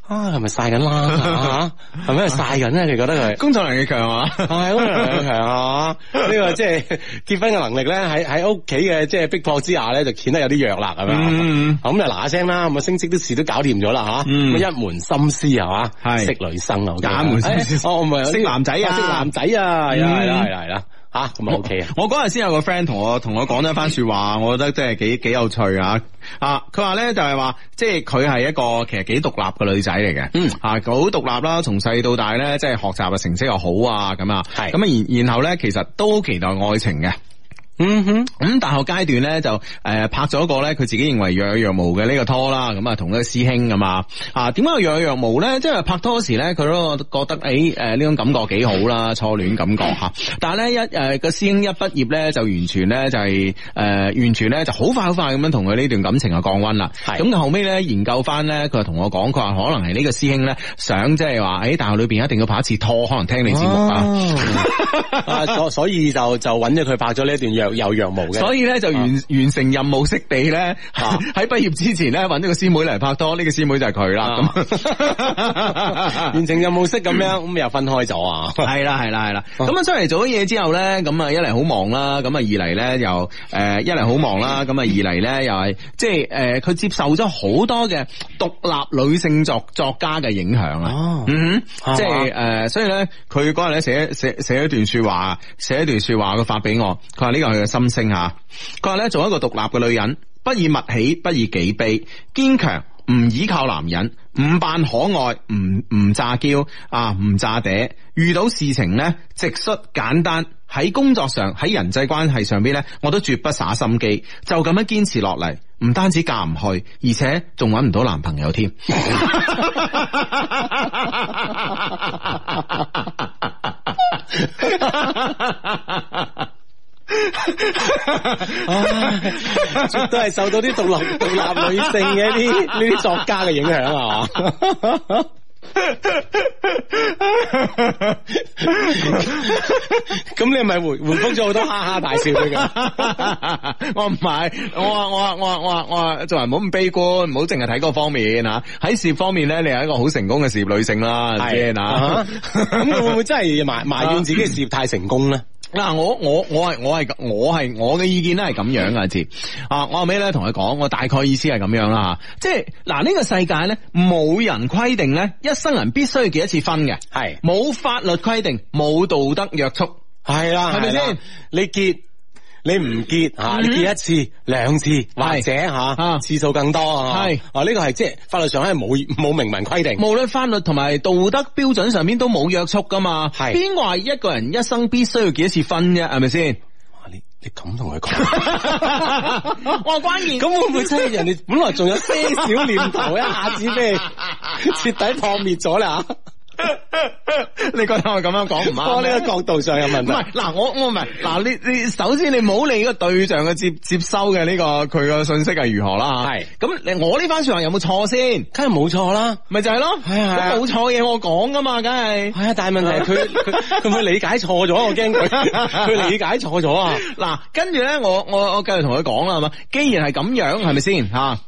C: 啊，係咪晒緊啦？嚇係咪晒緊咧？你覺得佢？
A: 工作能力強 啊，
C: 系屋能力強啊！呢個即係結婚嘅能力咧，喺喺屋企嘅即係逼迫之下咧，就顯得有啲弱啦咁
A: 嗯
C: 樣。咁就嗱嗱聲啦，咁啊升職啲事都搞掂咗啦吓，
A: 嗯
C: 咁一門心思係嘛，
A: 係
C: 識女生啊，我記得
A: 一門心思
C: 哎哦，我唔係
A: 識男仔啊嗯哦
C: 識男仔啊，係啦係啦係啦係啦，吓咁啊 OK 啊。
A: 我嗰日先有個 friend 同我同我講咗一番说話，我覺得真係幾幾有趣啊！啊，佢話咧就係話，即係佢係一個其實幾獨立嘅女仔嚟嘅，
C: 嗯
A: 啊，佢好獨立啦，從細到大咧，即係學習嘅成績又好啊，咁啊，
C: 係
A: 咁啊，然然後咧，其實都好期待愛情嘅。
C: 嗯哼，
A: 咁大學階段咧就誒、呃拍咗一個咧佢自己認為若有若無嘅呢個拖啦，咁啊同一個師兄咁啊啊點解若有若無咧？即係拍拖嗰時咧，佢都覺得誒誒呢種感覺幾好啦，初戀感覺嚇。但係咧一誒呃個、師兄一畢業咧就完全咧就係、呃完全咧就好快好快咁樣同佢呢段感情啊降温啦。
C: 係
A: 咁後尾咧研究翻咧，佢就同我講，佢話可能係呢個師兄咧想即係話哎喺大學裏邊一定要拍一次拖，可能聽你節目啊。
C: 啊 所所以就就揾咗佢拍咗呢一段若有若無嘅。
A: 所以咧就完完成任務式地咧，
C: 啊
A: 喺畢業之前咧揾咗個師妹嚟拍拖，呢個師妹就係佢
C: 啊
A: 啦。咁
C: 完成任務式咁樣，咁又分開咗啊。
A: 系啦，系啦，系啦。咁啊，出嚟做咗嘢之後咧，咁啊，一嚟好忙啦，咁啊，二嚟咧又诶，一嚟好忙啦，咁啊，二嚟咧又係即係诶，佢、接受咗好多嘅獨立女性作作家嘅影響啊。
C: 哦
A: 嗯哼，
C: 啊
A: 即係诶，誒所以咧，佢嗰日咧寫寫寫一段说話，寫一段说話，佢發俾我，佢話呢個係佢嘅心聲吓。佢話咧，做一個獨立嘅女人，不以物喜，不以己悲，堅強，唔依靠男人，唔扮可愛，唔唔詐嬌啊，唔詐嗲。遇到事情咧，直率簡單。喺工作上，喺人際關係上邊咧，我都絕不耍心機，就咁樣堅持落嚟，唔單止嫁唔去，而且仲揾唔到男朋友添。
C: 絕對係受到啲獨立 獨立女性嘅呢啲呢啲作家嘅影響啊！ 咁你係咪回回覆咗好多哈哈大笑俾佢？
A: 我唔係，我話我話我話我話我話做人唔好咁悲觀，唔好淨係睇嗰方面吓。喺事業方面咧，你係一個好成功嘅事業女性啦， 係咪先
C: 啊
A: 啊？
C: 咁佢會唔會真係埋埋怨自己嘅事業太成功咧？
A: 嗱，我我我係我係我係我嘅意見咧係咁樣噶，知啊？我後尾咧同佢講，我大概意思係咁樣啦吓，即係嗱呢個世界咧冇人規定咧一生人必須要結一次婚嘅，
C: 係
A: 冇法律規定，冇道德約束。
C: 係啦，
A: 係咪先
C: 係啦？你結你唔結吓，你結一次、兩次或者
A: 啊
C: 吓次數更多啊？
A: 係
C: 啊，呢個係即係法律上係冇冇明文規定。
A: 無論法律同埋道德標準上面都冇約束噶嘛，
C: 係
A: 邊個話一個人一生必須要結一次婚啫？係咪先？
C: 哇你你咁同佢講。
A: 我關 鍵
C: 咁會唔會真係人哋 本來仲有些少念頭，一下子俾你 徹底破滅咗啦？
A: 你覺得我咁樣講唔啱
C: 我
A: 咩？
C: 呢個角度上有問
A: 唔
C: 題。
A: 係嗱，我我唔係嗱，你你首先你冇理個對象嘅接接收嘅呢、個佢個信息係如何啦
C: 係
A: 咁你我呢番說話有冇錯先？
C: 梗係冇錯啦。
A: 咪就係咯，
C: 係啊係啊
A: 咁冇錯嘢我講噶嘛，梗係。
C: 係啊，但係問題係 佢佢佢會理解錯咗，我驚 佢佢理解錯咗啊！
A: 嗱，跟住咧，我我我繼續同佢講啦，係嘛？既然係咁樣，係咪先吓？啊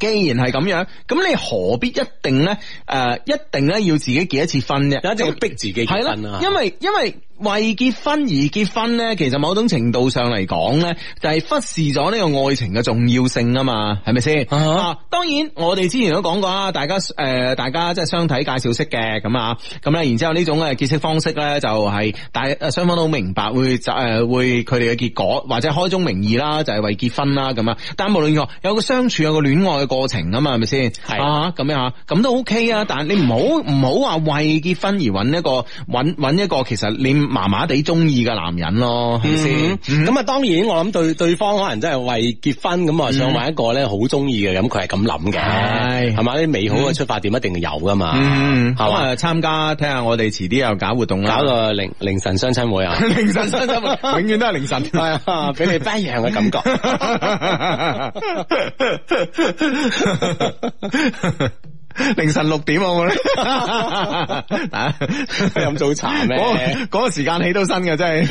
A: 既然係咁樣，咁你何必一定咧？诶、一定咧要自己結一次婚啫？
C: 一定要逼自
A: 係
C: 己結
A: 啦
C: 婚啊，！
A: 因為因為为结婚而结婚咧，其实某种程度上嚟讲咧，就系、忽视咗呢个爱情嘅重要性啊嘛，系咪先？
C: 啊哈
A: 啊，当然我哋之前都讲过啊，大家诶、大家即系相睇介绍式嘅咁啊，咁咧，然之后呢种嘅结识方式咧，就系、大诶双方都好明白会就诶、会佢哋嘅结果或者开宗明义啦，就系、为结婚啦咁啊。但无论如何，有个相处有个恋爱嘅过程啊嘛，系咪先？系啊，咁样吓，咁都 OK 啊。但你唔好唔好话为结婚而揾一个揾揾一个其实你麻麻地中意嘅男人咯，系咪
C: 嗯
A: 先？嗯
C: 咁啊，當然我諗對對方可能真係為結婚咁啊，想揾一個咧好中意嘅，咁佢係咁諗嘅，
A: 係
C: 係嘛？嗯啲美好嘅出發點一定有噶嘛，
A: 嗯，
C: 係
A: 咁
C: 嘛？
A: 啊，参加睇下我哋迟啲又搞活动啦，，
C: 搞個凌凌晨相親會啊
A: 凌晨三點 永远都系凌晨。
C: 係啊，俾你不一樣嘅感覺。
A: 凌晨六點好唔好咧？啊
C: 飲早茶咩
A: 嗰嗰、個時間起到身嘅，真係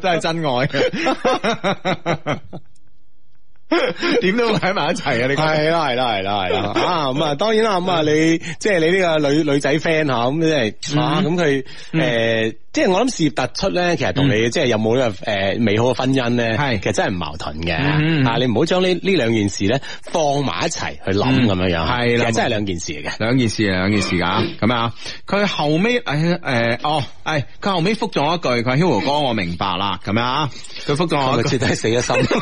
A: 真係真 愛。點都會喺埋一齊啊！你講
C: 係啦，係啦，係啦，係啦，啊咁啊，當然啦，咁啊，你即係你呢個女女仔 friend 吓，咁即
A: 嗯
C: 係啊，咁佢诶，即係我諗事業突出咧，其實同你即係有冇呢個诶美好嘅婚姻咧，
A: 嗯係
C: 其實真係唔矛盾嘅，
A: 嗯
C: 啊，你唔好將呢呢兩件事咧放埋一齊去諗咁樣樣，
A: 嗯係啦
C: 其實真係兩件事嚟嘅。
A: 兩件事啊，兩件事噶，咁啊，佢後尾誒誒哦，誒佢後尾覆咗一句，佢話 Hugo 哥，我明白啦，咁樣啊，佢覆咗我
C: 我
A: 一句
C: 徹。底死咗心，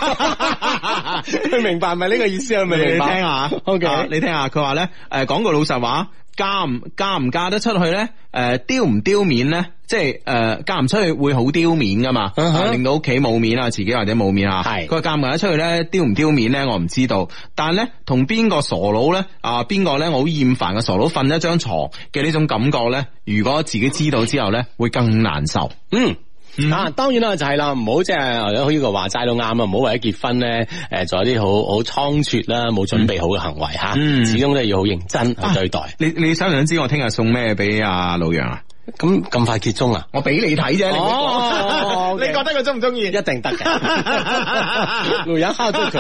C: 佢明白咪呢個意思？係啊咪
A: 你
C: 明
A: 聽
C: 白？
A: 下
C: OK
A: 啊你聽下，佢話咧，诶，讲句老實話，嫁唔嫁唔嫁得出去咧？诶，丢唔丢面咧？即係诶，呃嫁唔出去會好丢面噶嘛
C: 嗯哼
A: 啊令到屋企冇面啊，自己或者冇面啊。
C: 係
A: 佢話嫁唔嫁得出去咧？丢唔丢面咧？我唔知道。但係咧，同邊個傻佬咧？啊，邊個咧？我好厭煩嘅傻佬瞓一張床嘅呢種感覺咧，如果自己知道之後咧，會更難受。
C: 嗯。
A: 嗯
C: 啊，當然啦，就係啦，唔好即係好似佢話齋都啱啊，唔好為咗結婚咧，誒做一啲好好倉促啦，冇準備好嘅行為嚇，
A: 嗯
C: 始終都係要好認真去對待。
A: 你你想唔想知我聽日送咩俾阿老楊啊？
C: 咁咁、快結終啊？
A: 我俾你睇啫，你唔好
C: 哦
A: 講 你覺得佢中唔中意
C: 一？定得 嘅，女人敲足球，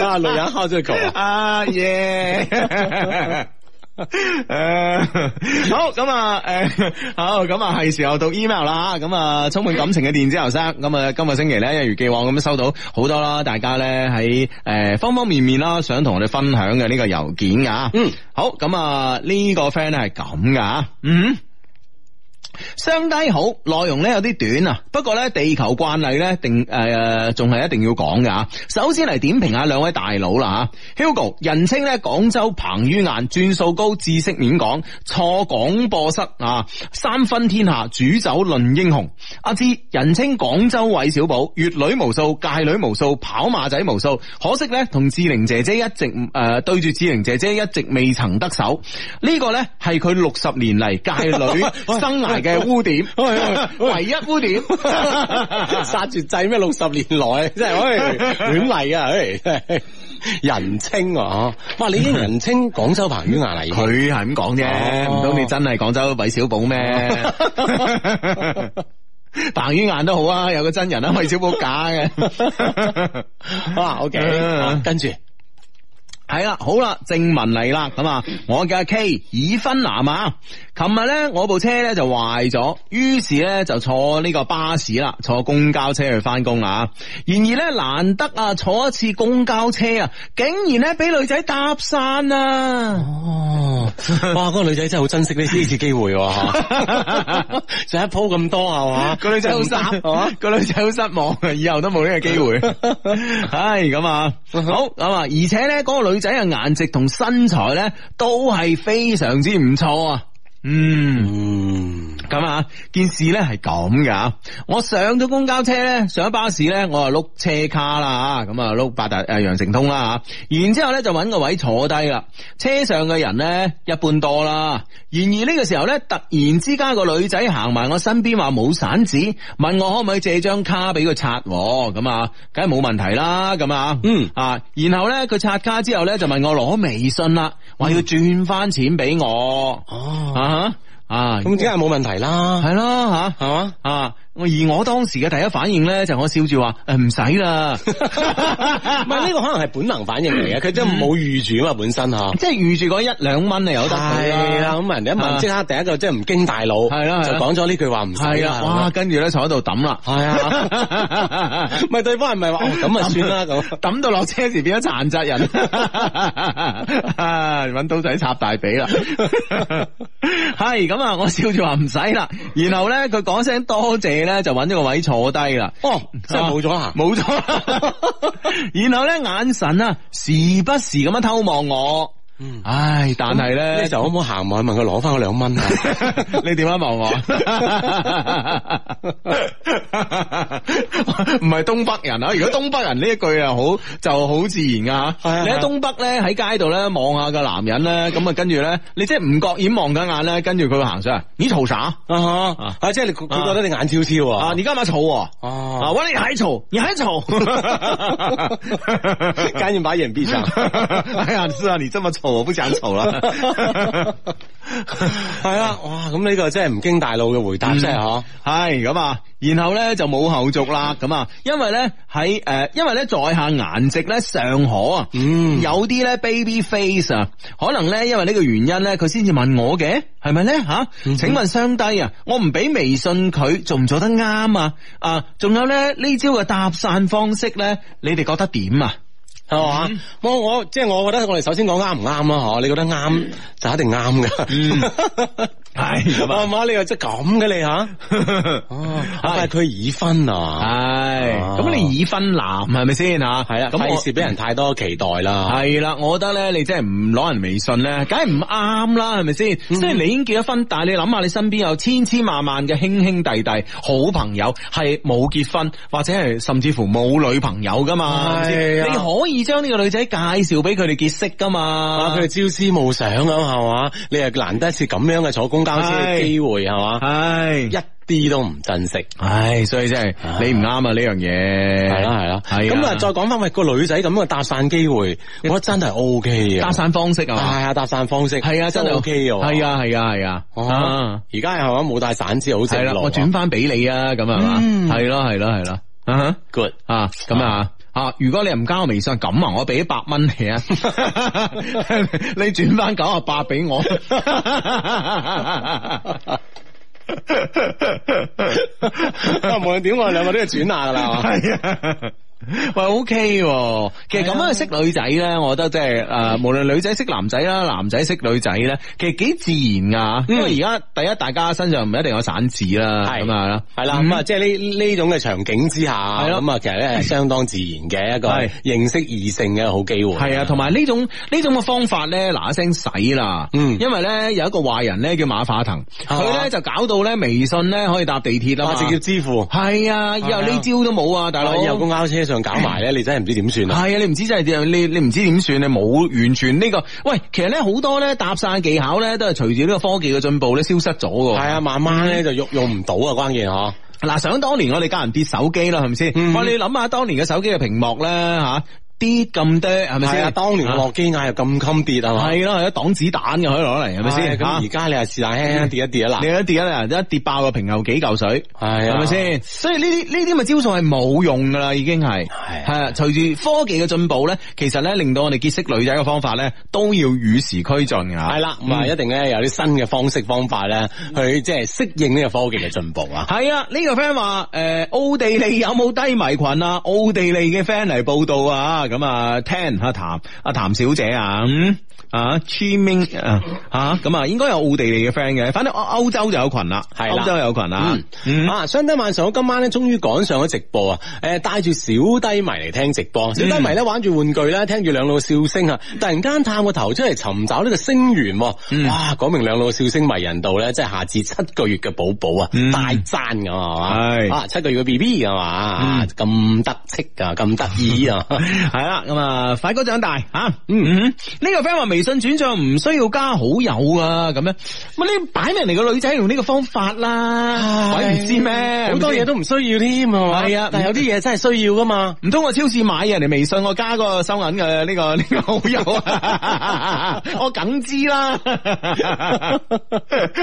C: 啊，女人敲足球啊！
A: 啊耶！ 诶，呃好咁啊，诶、好咁啊，系时候讀 email 啦，咁啊，充滿感情嘅電子郵箱，咁啊，今個星期咧一如既往咁樣收到好多啦，大家咧喺诶方方面面啦，想同我哋分享嘅呢個郵件噶，
C: 嗯，
A: 好咁啊，呢、個 friend 咧係咁噶，嗯。相低好，內容咧有啲短啊，不過咧地球慣例咧定诶仲係一定要講噶吓。首先嚟點評下兩位大佬啦吓，Hugo 人稱咧廣州彭于晏，轉數高，知識面廣，坐廣播室啊，三分天下，煮酒論英雄。阿芝人稱廣州韋小寶，粵女無數，界女無數，跑馬仔無數。可惜咧同志玲姐姐一直誒、呃、對住志玲姐姐一直未曾得手，呢、個咧係佢六十年嚟界 女生涯嘅污點，唯一污點。
C: 殺絕制咩？六十年來真係，喂，亂嚟啊！喂，真係人稱啊，哇！你已經人稱廣州彭于晏嚟，
A: 佢係咁講啫，
C: 哦
A: 唔通你真係廣州韋小 寶咩？彭于晏都好啊，有個真人啊，韋小寶假嘅。
C: 啊，OK，啊跟住
A: 系啦，好啦，正文嚟啦，咁啊，我嘅 K 已婚男啊，琴日咧我部車咧就壞咗，於是咧就坐呢個巴士啦，坐公交車去翻工啦。然而咧難得啊坐一次公交車啊，竟然咧俾女仔搭訕啊！
C: 哦， 哇！嗰、個女仔真係好珍惜呢呢次機會 喎、嚇就一鋪咁多啊係嘛？
A: 哦個女仔好哦失
C: 嘛？
A: 個女仔好失望啊！以後都冇呢個 機會。唉，咁啊，好咁啊，而且咧，嗰、個女仔嘅顏值同身材咧，都係非常之唔錯啊。嗯。
C: 嗯，
A: 咁啊，件事咧係咁噶，我上咗公交車咧，上咗巴士咧，我啊碌車卡啦咁啊碌八達诶羊城通啦吓，然之后咧就揾個位坐低啦。車上嘅人咧一般多啦，然而呢個時候咧，突然之間個女仔行埋我身邊話冇散紙，問我可唔可以借張卡俾佢刷喎，咁啊，梗係冇問題啦，咁啊，
C: 嗯
A: 啊，然後咧佢刷卡之後咧就問我攞微信啦，話要轉翻錢俾我，
C: 哦，
A: 啊哈啊，
C: 咁梗係冇問題啦，
A: 系咯吓。
C: 係嘛？
A: 啊！我而我當時嘅第一反應咧，就我笑住話：誒唔使 啦，
C: 唔係呢個可能係本能反應嚟嘅，佢真係冇預住啊嘛，本身吓。
A: 即係預住嗰一兩蚊啊，有得佢
C: 係啦，
A: 啦。
C: 咁人哋一問
A: 啊
C: 即刻第一個即係唔經大腦，
A: 係啦係啦
C: 就講咗呢句話唔使
A: 係
C: 啦
A: 啦，， 哇！跟住咧坐喺度抌啦，
C: 係啊，咪對方係咪話哦咁啊算啦咁，
A: 抌到落車時變咗殘疾人，啊揾刀仔插大髀啦。係咁啊，我笑住話唔使啦，然後咧佢講聲多謝咧，就揾咗個位坐低啦。
C: 哦真 係冇咗啊，
A: 冇錯，然後咧眼神啊，時不時咁樣偷望我。唉，但係咧，
C: 嗯呢時候可唔可以行埋去問佢攞翻嗰兩 蚊啊？
A: 你點解望我？ 唔係東北人啊！如果東北人呢一句啊，好就好自然噶
C: 係
A: 吓。
C: 啊
A: 你喺東北咧喺街度咧望下個男人咧，咁啊跟住咧，你即係唔覺意望緊眼咧，跟住佢會行上嚟，你嘈啥？
C: 啊哈
A: 啊
C: 啊即係你佢佢覺得你眼超超
A: 啊，
C: 啊？
A: 你幹嘛嘈我？啊，
C: 哦，
A: 我你還嘈，你還 嘈。
C: 趕緊把眼閉上。
A: 哎呀，是啊，你這麼醜，我不想醜 了。
C: 係啦，哇！咁呢個真係唔經大腦嘅回答真係嗬。
A: 係咁啊，然後咧就冇後續啦，咁啊，因為咧喺誒，因為咧在下顏值咧尚可啊，
C: 嗯
A: 有啲咧 baby face 啊，可能咧因為呢個原因咧，佢先至問我嘅，係咪咧吓？
C: 嗯
A: 請問雙低啊，我唔俾微信佢，做唔做得啱啊？啊，仲有咧呢招嘅搭訕方式咧，你哋覺得點 啊？
C: 係嘛？我我即係我覺得我哋首先講啱唔啱啦，嗬？你覺得啱就一定啱噶。
A: 係咁啊
C: 嗯係嘛？你又即係咁嘅你吓？哦，但係佢已婚啊，
A: 係，
C: 哦
A: 咁你已婚男係咪先吓？係
C: 咁啊
A: 咁我
C: 費事俾人太多期待啦。
A: 系啦，我覺得咧，你真係唔攞人微信咧，梗係唔啱啦，係咪先？
C: 嗯
A: 雖然你已經結咗婚，但係你諗下，你身邊有千千萬萬嘅兄兄弟弟、好朋友係冇結婚，或者係甚至乎冇女朋友噶嘛？係咪先
C: 係啊
A: 你可以將呢個女仔介紹俾佢哋結識噶
C: 啊！
A: 嘛
C: 佢？哋朝思暮想咁係嘛？你又難得一次咁樣嘅坐公交車嘅機會係嘛？
A: 唉
C: 一啲都唔珍惜。
A: 唉，所以真係你唔啱啊呢樣嘢。
C: 係啦係啦，
A: 係啊
C: 咁啊再講翻喂個女仔咁啊嘅搭訕機會，我覺得真係 O K 啊，
A: 搭訕方式
C: 係
A: 啊，
C: 啊搭訕方式
A: 係啊，真係
C: O K 啊，
A: 係啊係啊係啊
C: 哦，
A: 啊，
C: 而家係嘛冇帶散紙好
A: 係
C: 正
A: 啦，
C: 路啊，
A: 我轉翻俾你啊，咁係嘛？
C: 嗯
A: 係咯係咯係咯，啊哈
C: good
A: 啊，咁啊。啊！如果你唔加我微信，咁啊，我俾一百蚊你啊，你轉翻九啊八俾我。
C: 啊， 無論點我哋兩個都要轉下噶 啦，係嘛
A: 系啊。喂，OK，喎其實咁樣識女仔咧，我覺得即係诶，呃無論女仔識男仔啦，男仔識女仔咧，其實幾自然啊噶。因為而家第一，大家身上唔一定有散紙啦，
C: 係
A: 咁啊啦，
C: 係啦，咁啊，即係呢呢種嘅場景之下，
A: 係咯
C: 咁啊，其實咧係相當自然嘅一個
A: 係
C: 認識異性嘅好機會。
A: 係啊，同埋呢種呢種嘅方法咧，嗱一聲洗啦，
C: 嗯
A: 因為咧有一個壞人咧叫馬化騰，
C: 嘛
A: 佢咧就搞到咧微信咧可以搭地鐵啦
C: 哇，
A: 嘛，
C: 啊直接支付，
A: 係啊，以後呢招都冇啊，大佬。
C: 以後公交車上搞埋 咧，你真係唔知點算啊！
A: 係啊，你唔知真係點，你你唔知點算，你冇完全呢、個。喂，其實咧好多咧搭訕技巧咧都係隨住呢個科技嘅進步咧消失咗㗎。
C: 係啊，慢慢咧就用用唔到啊，關鍵嗬。
A: 嗱，想當年我哋教人跌手機啦，係咪先？
C: 嗯
A: 喂，你諗下當年嘅手機嘅屏幕咧吓，跌咁多，係咪
C: 係啊，
A: 先？
C: 當年嘅諾基亞又咁襟跌啊嘛，
A: 係咯，係一擋子彈嘅可以攞嚟，係咪先？
C: 咁
A: 嚇
C: 而家你係是但輕輕跌一跌啦，
A: 你一跌啊，一跌爆個瓶又幾嚿水，
C: 係啊
A: 係咪先？所以呢啲呢啲咪招數係冇用噶啦，已經係
C: 係
A: 係啊。隨住科技嘅進步咧，其實咧令到我哋結識女仔嘅方法咧都要與時俱進㗎。
C: 係啦，咁
A: 嗯
C: 啊一定咧有啲新嘅方式方法咧，去即係適應呢個科技嘅進步啊。
A: 係啊，呢、個 friend 話誒奧地利有冇低迷群啊？奧地利嘅 friend 嚟報道啊，咁啊聽阿譚阿譚小姐啊，嗯啊 Chiming 啊啊咁啊，應該有奧地利嘅 friend 嘅，反正歐歐洲就有群啦，
C: 係啦
A: 歐洲有群啦，嗯
C: 啊，相低晚上，我今晚咧終於趕上咗直播啊！誒，帶住小低迷嚟聽直
A: 嗯
C: 播，小低迷咧玩住玩具咧，聽住兩老嘅笑聲啊！突然間探個頭出嚟尋找呢個星源喎，
A: 嗯
C: 哇！講明兩老嘅笑聲迷人度咧，即係下至七個月嘅寶寶啊，
A: 嗯
C: 大讚㗎嘛係
A: 係
C: 嘛，啊七個月嘅 B B 係嘛，
A: 嗯
C: 咁得戚啊，咁得意啊！
A: 啊系啦，咁啊，快哥長大吓，嗯嗯，呢個 friend 話微微信轉賬唔需要加好友啊，咁樣咁你擺明嚟個女仔用呢個方法啦，鬼唔知咩？
C: 好多嘢都唔需要添，係嘛？
A: 係啊
C: 但係有啲嘢真係需要噶嘛。
A: 唔通我超市買嘢人哋微信我加個收銀嘅呢個呢、 個好友啊？ 我梗知啦，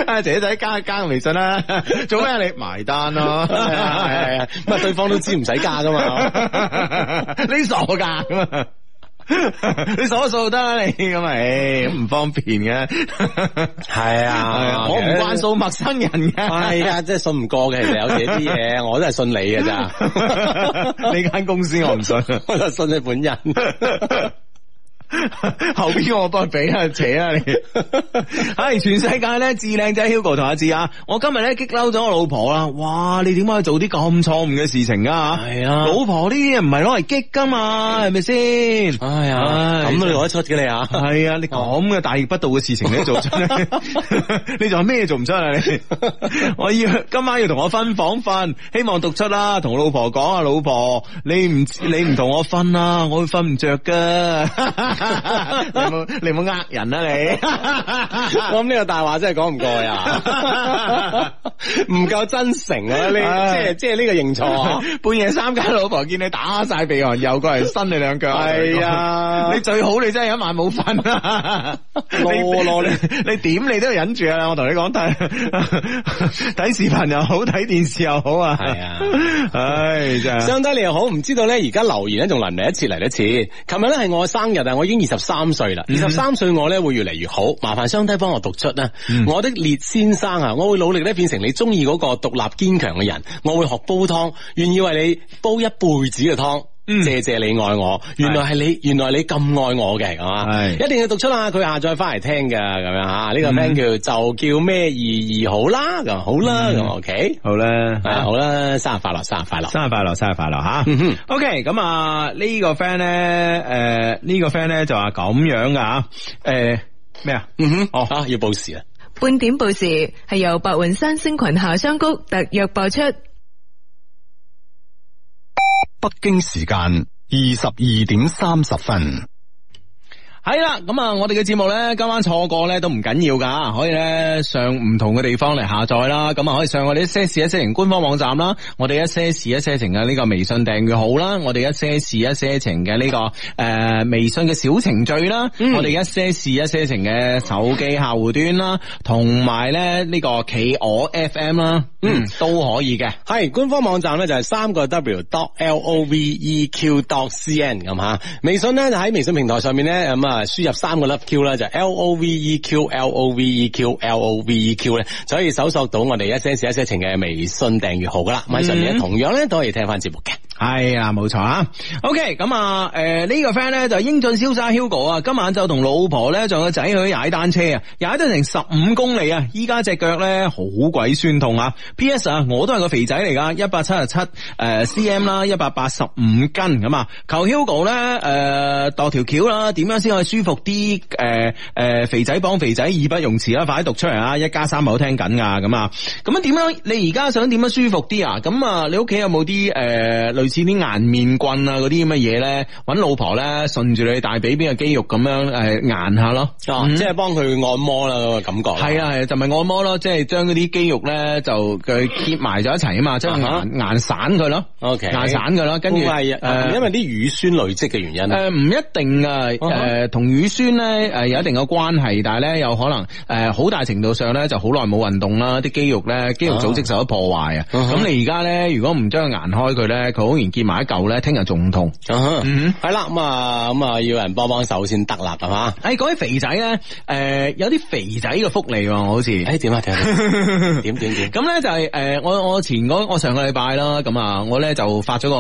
A: 啊姐仔加加個微信啦， 做咩啊你埋單咯？
C: 係啊係啊，咁啊對方都知唔使加噶嘛。
A: 你傻噶咁啊！ 你數一數得啦，你咁啊，唉咁唔方便嘅。
C: 係
A: 係啊我唔慣。數陌生人嘅。
C: 係啊，真係信唔過嘅，其實有時啲 嘢我都係信你嘅咋，
A: 呢間公司我唔信。
C: 我就信你本 人。
A: 后边我幫佢俾啊扯啊你，唉，全世界咧至靚仔 Hugo 同阿志啊，我今日咧激嬲咗我老婆啦，哇！你點解做啲咁錯誤嘅事情啊？
C: 係啊
A: 老婆呢啲嘢唔係攞嚟激噶嘛，係咪先？
C: 哎呀，
A: 唉
C: 咁都攞得出嘅你啊？
A: 係啊，你咁嘅大逆不道嘅事情你都做出嚟，你仲有咩做唔出啊？你我要今晚要同我分房瞓，希望讀出啦，同老婆講啊，老婆，你唔你唔同我瞓啦，我會瞓唔着噶，你冇你冇呃人啊你。
C: 我諗呢個大話真係講唔過 呀，唔夠真誠啊！
A: 唉
C: 呢即係即係呢個認錯啊。
A: 半夜三更，老婆見你打晒鼻鼾，又過嚟伸你兩腳。
C: 係啊
A: 你最好你真係有一晚冇瞓啦。
C: 囉囉
A: 你你點你都要忍住啊！我同你講，睇 睇視頻又好，睇電視又好啊。
C: 係啊，
A: 唉真係。
C: 相低你又好，唔知道咧，而家留言咧仲嚟唔嚟一次嚟一次。琴日咧係我生日啊，我已經二十三歲
A: 嗯
C: 啦，二十三歲我咧會越嚟越好，麻煩相低幫我讀出啦。
A: 嗯
C: 我的列先生啊，我會努力咧變成你中意嗰個獨立堅強嘅人，我會學煲湯，願意為你煲一輩子嘅湯。
A: 嗯
C: 謝謝你愛我，原來係你，原來你咁愛我嘅，係嘛？
A: 係嗯
C: 一定要讀出啦，佢下載翻嚟聽噶，咁樣吓，呢個 friend 叫就叫咩意義好啦，咁好啦，
A: 嗯
C: 咁 OK，
A: 好啦
C: 啊好啦，生日快樂，生日快樂。
A: 生日快樂，生日快樂吓
C: 嗯哼。
A: OK，咁啊呢個 friend 咧，诶呢個 friend 咧就話咁樣噶吓，诶咩啊？
C: 嗯哼，
A: 哦
C: 啊，要報時啊！
D: 半點報時係由白雲山星群下湘谷特約播出。
E: 北京時間二十二點三十分。
A: 系啦，咁啊，我哋嘅節目咧，今晚錯過咧都唔緊要噶，可以咧上唔同嘅地方嚟下載啦，咁啊可以上我哋一些事一些情官方網站啦，我哋一些事一些情嘅呢個微信訂閱號啦，我哋一些事一些情嘅呢、個个呃微信嘅小程序啦，
C: 嗯
A: 我哋一些事一些情嘅手機客戶端啦，同埋咧呢個企鵝 FM 啦，嗯都可以嘅。
C: 係官方網站咧就係三個 W dot L O V E Q dot C N 咁吓，微信咧就喺微信平台上面咧咁啊輸入三個 Love Q 啦，就 L O V E Q L O V E Q L O V E Q 咧就可以搜索到我哋一些事一些情嘅微信訂閱號噶
A: 嗯
C: 啦，咁喺上面呢同樣咧都可以聽翻節目嘅。
A: 係啊，冇錯啊。OK，咁啊，诶、呢、個 friend 咧就英俊瀟灑 Hugo 啊，今晚就同老婆咧仲有個仔去踩單車啊，踩得成十五公里啊，依家只腳咧好鬼酸痛啊。P.S. 啊，我都係個肥仔嚟噶，一百七十七诶 C.M. 啦，一百八十五斤咁啊。求 Hugo 呃咧诶度條橋啦，點樣先可以舒服啲？诶、诶、肥仔幫肥仔義不容辭啦，快啲讀出嚟啊！一家三口聽緊噶咁啊，咁啊點樣？你而家想點樣舒服啲啊？咁啊，你屋企有冇啲诶類似啲顏面棍啊嗰啲咁嘅嘢咧？揾老婆咧，順住你大髀邊嘅肌肉咁樣诶硬下咯。
C: 哦，即係幫佢按摩啦個感覺。
A: 嗯係啊係啊，就咪按摩咯，即係將嗰啲肌肉咧就佢結埋咗一齊啊嘛，即係
C: 啊哈
A: 硬硬散佢咯，
C: ，OK，
A: 硬散佢咯，跟住
C: 係啊
A: 誒
C: 因為啲乳酸累積嘅原因啊。
A: 诶，呃唔、一定啊，诶、
C: 哈
A: 同乳酸咧，诶、有一定嘅關係，但係咧，有可能诶，好、大程度上咧，就好耐冇運動啦，啲肌肉咧，肌肉組織受咗破壞啊。咁、
C: 啊哈
A: 你而家咧，如果唔將佢硬開佢咧，佢好容易結埋一嚿咧，聽日仲痛。
C: 啊
A: 嗯
C: 系啦，咁啊，咁啊，要有人幫幫手先得啦，係嘛？
A: 诶、哎講起肥仔咧，诶、有啲肥仔嘅福利喎，好似。
C: 诶，点啊，點 啊點點點？
A: 咁咧就係呃我我前嗰我上個禮拜啦，咁啊我咧就發咗個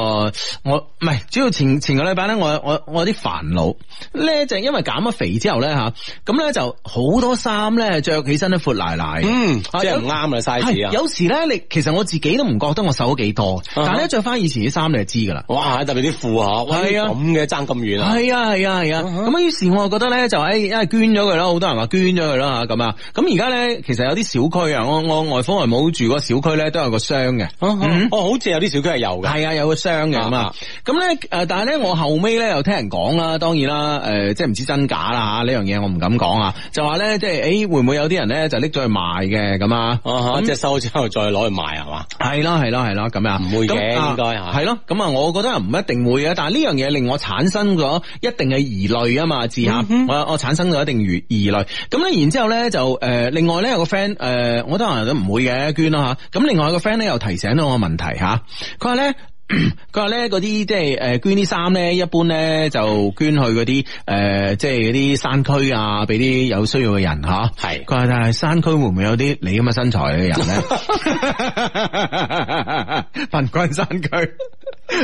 A: 我唔係主要前前個禮拜咧，我我我有啲煩惱咧，就係因為減咗肥之後咧吓，咁咧就好多衫咧着起身都闊奶奶嘅。
C: 嗯，
A: 啊
C: 即係唔啱啊
A: 係
C: ，size 啊，
A: 有時咧，你其實我自己都唔覺得我瘦咗幾多，
C: 哈
A: 但係咧着翻以前啲衫衫你就知噶啦。
C: 哇！特別啲褲啊，喂
A: 係啊
C: 咁嘅爭咁遠啊，
A: 系啊系啊系啊，咁啊於是我就覺得咧就诶，因為捐咗佢啦，好多人話捐咗佢啦吓咁啊，咁而家咧其實有啲小區啊，我我外父外母住個小區咧都有個箱嘅，嗯
C: 哦，好似有啲小區係有嘅，
A: 係啊，有個箱嘅咁啊
C: 啊。
A: 咁咧诶，但係咧，我後尾咧又聽人講啦，當然啦，诶、即係唔知真假啦吓，呢樣嘢我唔敢講啊。就話咧，即係诶、會唔會有啲人咧就拎咗去賣嘅咁啊？
C: 啊哈即係收咗之後再攞去賣係嘛？
A: 係啦係啦係啦，咁啊
C: 唔會嘅
A: 咁啊
C: 應該嚇
A: 係咯。咁啊，我覺得唔一定會嘅，但係呢樣嘢令我產生咗一定嘅疑慮啊嘛，至下我我產生咗一定疑疑慮。咁咧，然之後咧就誒、呃另外咧有個 friend 誒、呃我都話都唔會嘅捐啦嚇。咁另外有個 friend 咧又提醒到我個問題嚇，佢話咧。 佢話咧嗰啲即係誒捐啲衫咧，一般咧就捐去嗰啲誒即係嗰啲山區啊，俾啲有需要嘅人嚇。
C: 係
A: 佢話但係山區會唔會有啲你咁嘅身材嘅人咧？貧困山區。咁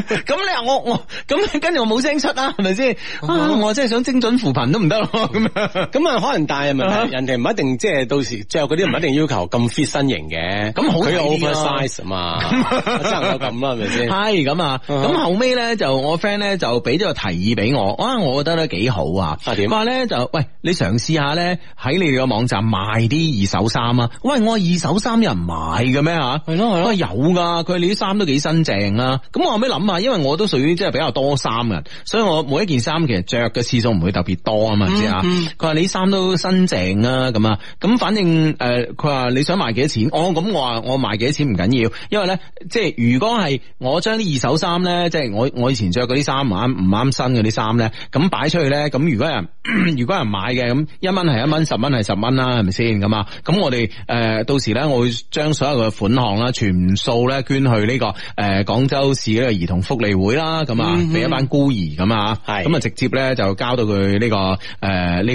A: 你話我我咁跟住我冇聲出啦，係咪先？啊我真係想精準扶貧都唔得咯，咁樣
C: 咁啊，可能但係
A: 啊
C: 問題，人哋唔一定即係到時着嗰啲唔一定要求咁 fit 身形嘅，
A: 咁好睇
C: 佢
A: 啲啊
C: oversize 啊 嘛，只能夠咁啦，係咪先？
A: 係咁啊，
C: 嗯
A: 咁後尾咧就我 friend 咧就俾咗個提議俾我，哇，我覺得咧幾好啊。
C: 啊點
A: 佢話咧就喂，你嘗試下咧喺你哋個網站賣啲二手衫啊。喂，我話二手衫有人買嘅咩吓？
C: 係咯係咯
A: 我話有噶，佢話你啲衫都幾新淨啦。咁我後尾諗下，啊因為我都屬於即係比較多衫嘅人，所以我每一件衫其實着嘅次數唔會特別多啊嘛，知啊？
C: 嗯
A: 佢話你啲衫都新淨啊，咁啊，咁反正誒，佢、話你想賣幾多錢？我哦咁我話我賣幾多錢唔緊要，因為咧，即係如果係我將啲二手衫咧，即係我我以前着嗰啲衫唔啱唔啱新嗰啲衫咧，咁擺出去咧，咁如果有人 如果有人買嘅，咁一蚊係一蚊，十蚊係十蚊啦，係咪先咁啊？咁我哋誒、呃到時咧，我會將所有嘅款項啦，全數咧捐去呢、個誒、呃、廣州市呢個兒童福利會啦，咁啊，俾一班孤兒咁啊，
C: 係
A: 咁啊直接咧就交到佢呢、個誒呢、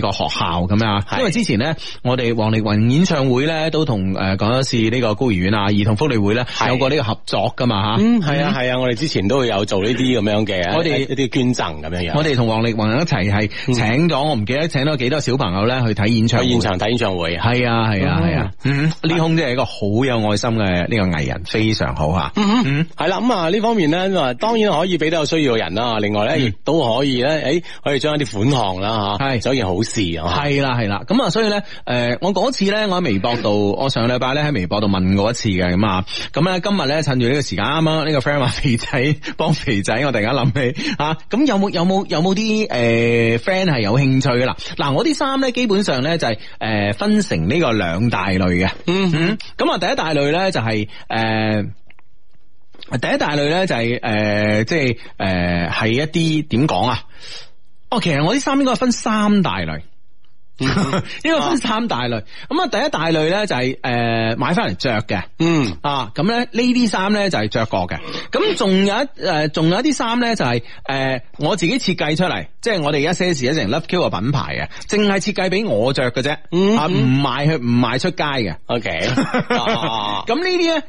A: 個學校咁啊，因為之前咧我哋王力宏演唱會咧都同呃誒廣州市呢個孤兒院啊兒童福利會咧有過呢個合作噶嘛嚇。
C: 嗯，係啊，係啊，我哋之前都會有做呢啲咁樣嘅，
A: 我哋
C: 一啲捐贈咁樣樣，
A: 我哋同王力宏一齊係請咗，我唔記得請咗幾多小朋友咧去睇演唱
C: 去
A: 會。
C: 現場睇演唱會啊。
A: 系啊系啊系啊，嗯，呢空姐系一个好有爱心嘅呢个艺人，非常好吓。嗯，
C: 系啦，咁啊呢方面咧，啊當然可以俾到有需要嘅人啦。另外咧，亦都可以咧，诶，可以將一啲款項啦吓，
A: 嗯係
C: 做一件好事啊。
A: 系啦系啦，咁啊，所以咧，诶，我嗰次咧，我喺微博度，我上禮拜咧喺微博度問過一次嘅，咁啊，咁咧今日咧趁住呢個時間，啱啱呢個 friend 話肥仔幫肥仔，我突然間諗起啊，咁有冇有 冇有冇啲诶 friend 係有興趣嘅啦？嗱，我啲衫咧基本上咧就係诶分成呢個兩大類嘅，嗯哼，咁啊第一大類咧就係诶。第一大類咧就係、呃即係誒係一啲點講啊？哦，其實我啲衫應該分三大類。 應該分三大類，咁啊第一大類咧就係、呃買翻嚟着嘅，
C: 嗯，
A: 啊，咁咧呢啲衫咧就係着過嘅，咁仲有一誒，仲、有一啲衫咧就係、呃我自己設計出嚟，即係我哋一些事一成 Love Q 嘅品牌嘅，淨係設計俾我着嘅啫，
C: 嗯
A: 啊唔賣去唔賣出街嘅。
C: OK，啊
A: 咁呢啲咧，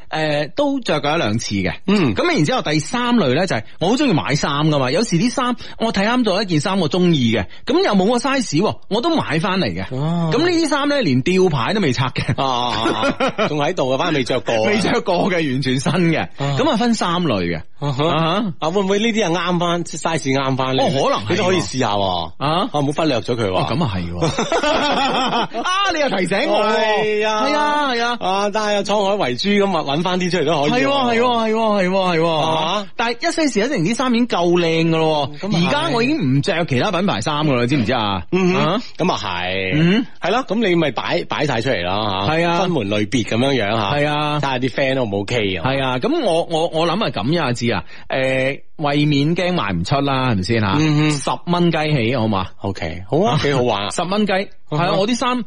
A: 誒、都着過一兩次嘅。
C: 嗯
A: 咁然之後第三類咧就係、我好中意買衫噶嘛，有時啲衫我睇啱咗一件衫我中意嘅，咁又冇個 size，喎我都買翻嚟嘅。咁、
C: 哦
A: 呢啲衫咧連吊牌都未拆嘅。
C: 啊啊，啊仲喺度嘅，反而未着過啊。
A: 未着過嘅，完全新嘅，咁啊分三類嘅，
C: 啊哈
A: 啊
C: 啊，會唔會呢啲係啱翻 size 啱翻咧？
A: 哦可能係
C: 你都可以
A: 喎
C: 試下喎。
A: 啊
C: 啊，唔好忽略咗佢
A: 哦
C: 喎。
A: 咁啊係喎， 啊你又提醒我喎，
C: 係啊
A: 係啊係啊，
C: 啊，但系沧海遺珠咁啊，揾翻啲出嚟都可以。
A: 係喎係喎係喎係喎係喎
C: 啊，
A: 但係一些事一定啲衫已經夠靚噶咯
C: 咁啊
A: 喎，而家我已經唔着其他品牌衫噶啦，你知唔知啊？
C: 嗯
A: 啊
C: 哼，咁啊係，
A: 嗯
C: 係咯，咁你咪擺擺晒出嚟啦吓，
A: 係啊
C: 分門類別咁樣樣吓，
A: 係啊
C: 睇下啲 friend 都 O K 啊，
A: 係啊，咁我我我諗係咁樣啊，知啊，誒為免驚賣唔出啦，係咪先
C: 嗯
A: 吓？十蚊雞起好嘛？
C: ，O K，好啊，幾好玩啊，
A: 十蚊雞，係啊，
C: 嗯
A: 我啲衫。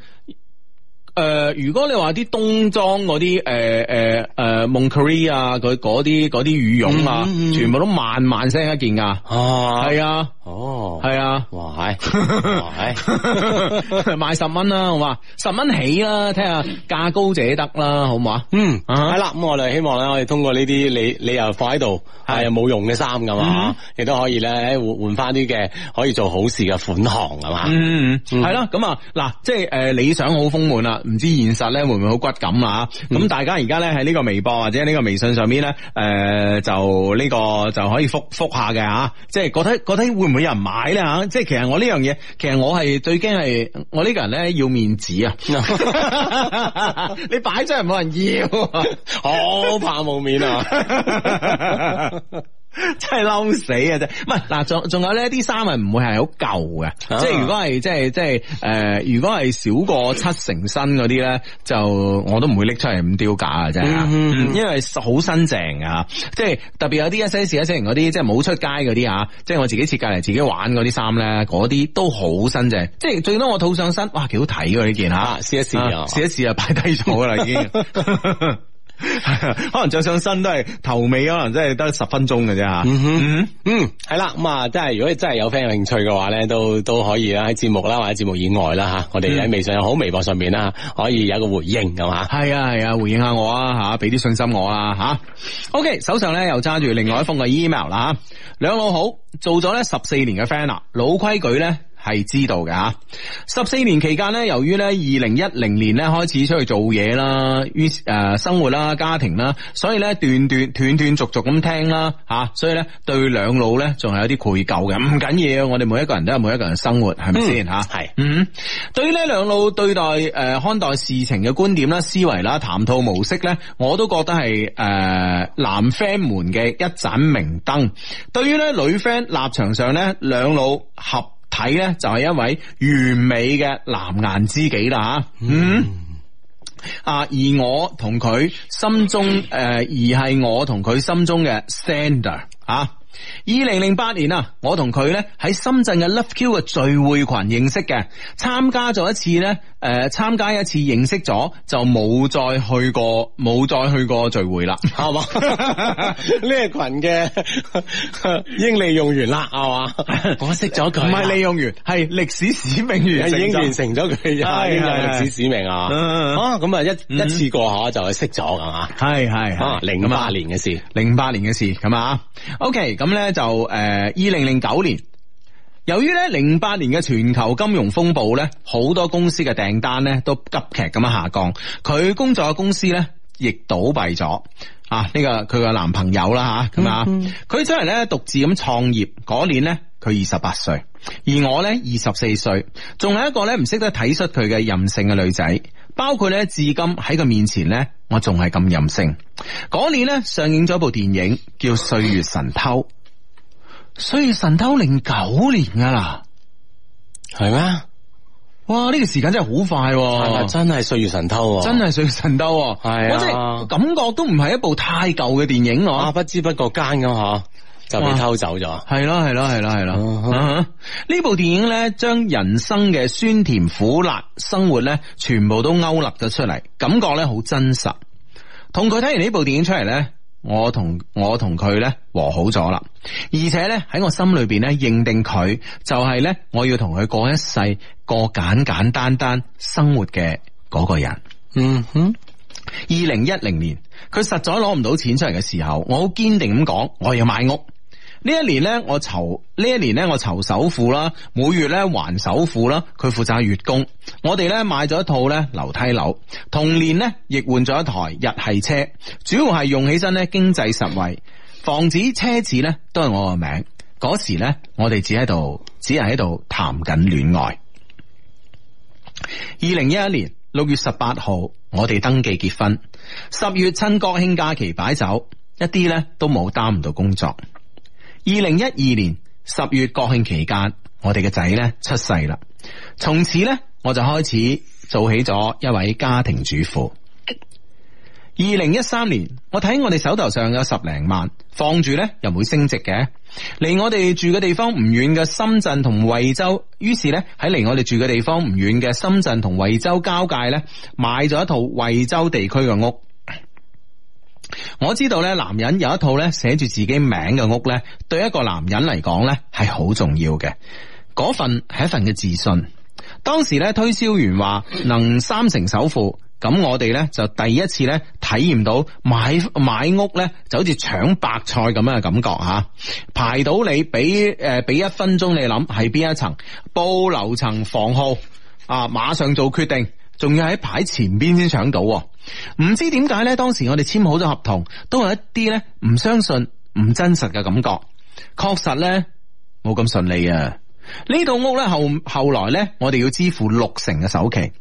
A: 誒、如果你話啲冬裝嗰啲誒誒誒 Moncler 啊，佢嗰啲嗰啲羽絨啊，
C: 嗯嗯嗯
A: 全部都萬萬聲一件㗎，
C: 啊，
A: 係 啊，
C: 哦，
A: 係啊。
C: 哇，係， 哇係，
A: 卖十蚊啦，好嘛？十蚊起啦，睇下價高者得啦，好唔好啊？
C: 嗯，
A: 啊
C: 係啦，咁我哋希望咧，我哋通過呢啲你你又放喺度，係冇用嘅衫咁
A: 嗯
C: 嘛，亦都可以咧換換翻啲嘅可以做好事嘅款項咁嘛，
A: 嗯嗯，系啦，咁啊，嗱，即系诶，理想好豐滿啦，唔知現實咧會唔會好骨感啊？咁、大家而家咧喺呢個微博或者呢個微信上面咧，誒、就呢、個就可以覆覆下嘅吓，即係覺得覺得會唔會有人買咧吓？即係其實我呢樣嘢，其實我係最驚係我呢個人咧要面子啊！ 你擺真係冇人要啊，
C: 好怕冇面啊！
A: 真係嬲死啊！真係，唔係嗱，仲仲有呢啲衫係唔會係好舊嘅，
C: 啊
A: 即係如果係即係即係誒，如果係少過七成新嗰啲咧，就我都唔會拎出嚟咁丟架啊！真係啊，
C: 嗯
A: 嗯因為好新淨啊，即係特別有啲一些事一些情嗰啲，即係冇出街嗰啲啊，即係我自己設計嚟自己玩嗰啲衫咧，嗰啲都好新淨，即係最多我套上身，哇，幾好睇喎呢件吓
C: 啊，，試一試啊，
A: 試一試啊，擺低咗噶啦已 經。 可能着上身都係頭尾，可能真係得十分鐘嘅啫吓。
C: 嗯哼
A: 嗯
C: 嗯，係啦，咁啊，真係如果真係有 friend 有興趣嘅話咧，都都可以啦，啊喺節目啦或者節目以外啦吓，我哋喺微信又好，微博上面啦，可以有一個回應咁嘛。
A: 嗯係啊係啊，回應下我啊吓，俾啲信心我啊吓。OK，手上咧又揸住另外一封嘅 email 啦吓，兩老好，做咗咧十四年嘅 friend 啦，老規矩咧。係知道嘅吓，十四年期間咧，由於咧二零一零年咧開始出去做嘢啦，於誒、呃生活啦、家庭啦，所以咧斷斷斷斷續續咁聽啦吓、所以咧對兩老咧仲係有啲愧疚嘅，唔緊要，我哋每一個人都有每一個人嘅生活，係咪先吓？
C: 係
A: 嗯，對於呢兩老對待誒、呃看待事情嘅觀點啦、思維啦、談吐模式咧，我都覺得係誒、呃男 friend 們嘅一盞明燈。對於咧女 friend 立場上咧，兩老合體咧就係一位完美嘅藍顏知己啦吓。嗯啊！而我同佢心中誒、呃而係我同佢心中嘅 stander 啊！二零零八年啊，我同佢咧喺深圳嘅 Love Q 嘅聚會群認識嘅，參加咗一次咧，誒、參加一次認識咗就冇再去過，冇再去過聚會啦，
C: 係 嘛？呢個群嘅應利用完啦，係嘛？我識咗佢，
A: 唔係利用完，係歷史使命完成咗，
C: 已經完成咗佢
A: 係
C: 應有
A: 係
C: 歷史使命啊！
A: 嗯
C: 啊，咁啊一
A: 嗯
C: 一次過吓就係識咗係嘛？
A: 係，係係
C: 啊，零八年嘅事，
A: 零八年嘅事咁啊。OK，咁咧就誒二零零九年。由於咧零八年嘅全球金融風暴咧，好多公司嘅訂單咧都急劇咁樣啊下降，佢工作嘅公司咧亦倒閉咗。啊，呢、個佢嘅男朋友啦吓，咁啊，佢出嚟咧獨自咁創業嗰年咧，佢二十八歲，而我咧二十四歲，仲係一個咧唔識得體恤佢嘅任性嘅女仔，包括咧至今喺佢面前咧，我仲係咁任性。嗰年咧上映咗部電影叫《歲月神偷》。歲月神偷零九年噶啦，
C: 係咩？
A: 哇！呢、個時間真係好快
C: 係咪
A: 喎、
C: 哦真係歲月神偷喎？
A: 真係歲月神偷喎、
C: 係啊
A: 我真係感覺都唔係一部太舊嘅電影
C: 啊，
A: 我。
C: 不知不覺間咁嗬，就被
A: 哇
C: 偷走咗。
A: 係咯係咯係咯係咯，啊
C: 嗯哼
A: 哈呢部電影咧，將人生嘅酸甜苦辣生活咧，全部都勾勒咗出嚟，感覺咧好真實。同佢睇完呢部電影出嚟咧，我同我同佢咧和好咗啦，而且咧喺我心裏邊咧認定佢就係咧我要同佢過一世過簡簡單單生活嘅嗰個人。
C: 嗯哼，
A: 二零一零年，佢實在攞唔到錢出嚟嘅時候，我好堅定咁講，我要買屋。呢一年呢，我籌呢一年呢，我籌首付啦，每月呢還首付啦，佢負責月供。我哋呢買咗一套呢樓梯樓，同年呢亦換咗一台日系車，主要係用起身呢經濟實惠。房子、車子呢都係我個名。嗰時呢，我哋只喺度，只係喺度談緊戀愛。二零一一年六月十八號，我哋登記結婚。十月趁國慶假期擺酒，一啲咧都冇耽誤到工作。二零一二年十月國慶期間，我哋嘅仔咧出世啦。從此咧，我就開始做起咗一位家庭主婦。二零一三年，我睇我哋手頭上有十零萬，放住呢又唔會升值嘅。離我哋住嘅地方唔遠嘅深圳同惠州，於是呢，喺離我哋住嘅地方唔遠嘅深圳同惠州交界呢，買咗一套惠州地區嘅屋。我知道咧，男人有一套咧寫住自己名嘅屋咧，對一個男人嚟講咧係好重要嘅。嗰份係一份嘅自信。當時咧推銷員話能三成首付，咁我哋咧就第一次咧體驗到買買屋咧就好似搶白菜咁樣嘅感覺啊吓。排到你俾誒俾一分鐘你諗係邊一層，報樓層房號啊，馬上做決定。仲要喺牌前邊先搶到喎。唔知點解呢，當時我哋簽好咗合同，都有一啲呢唔相信、唔真實嘅感覺。確實呢，冇咁順利啊！呢套屋呢，後後來呢，我哋要支付六成嘅首期。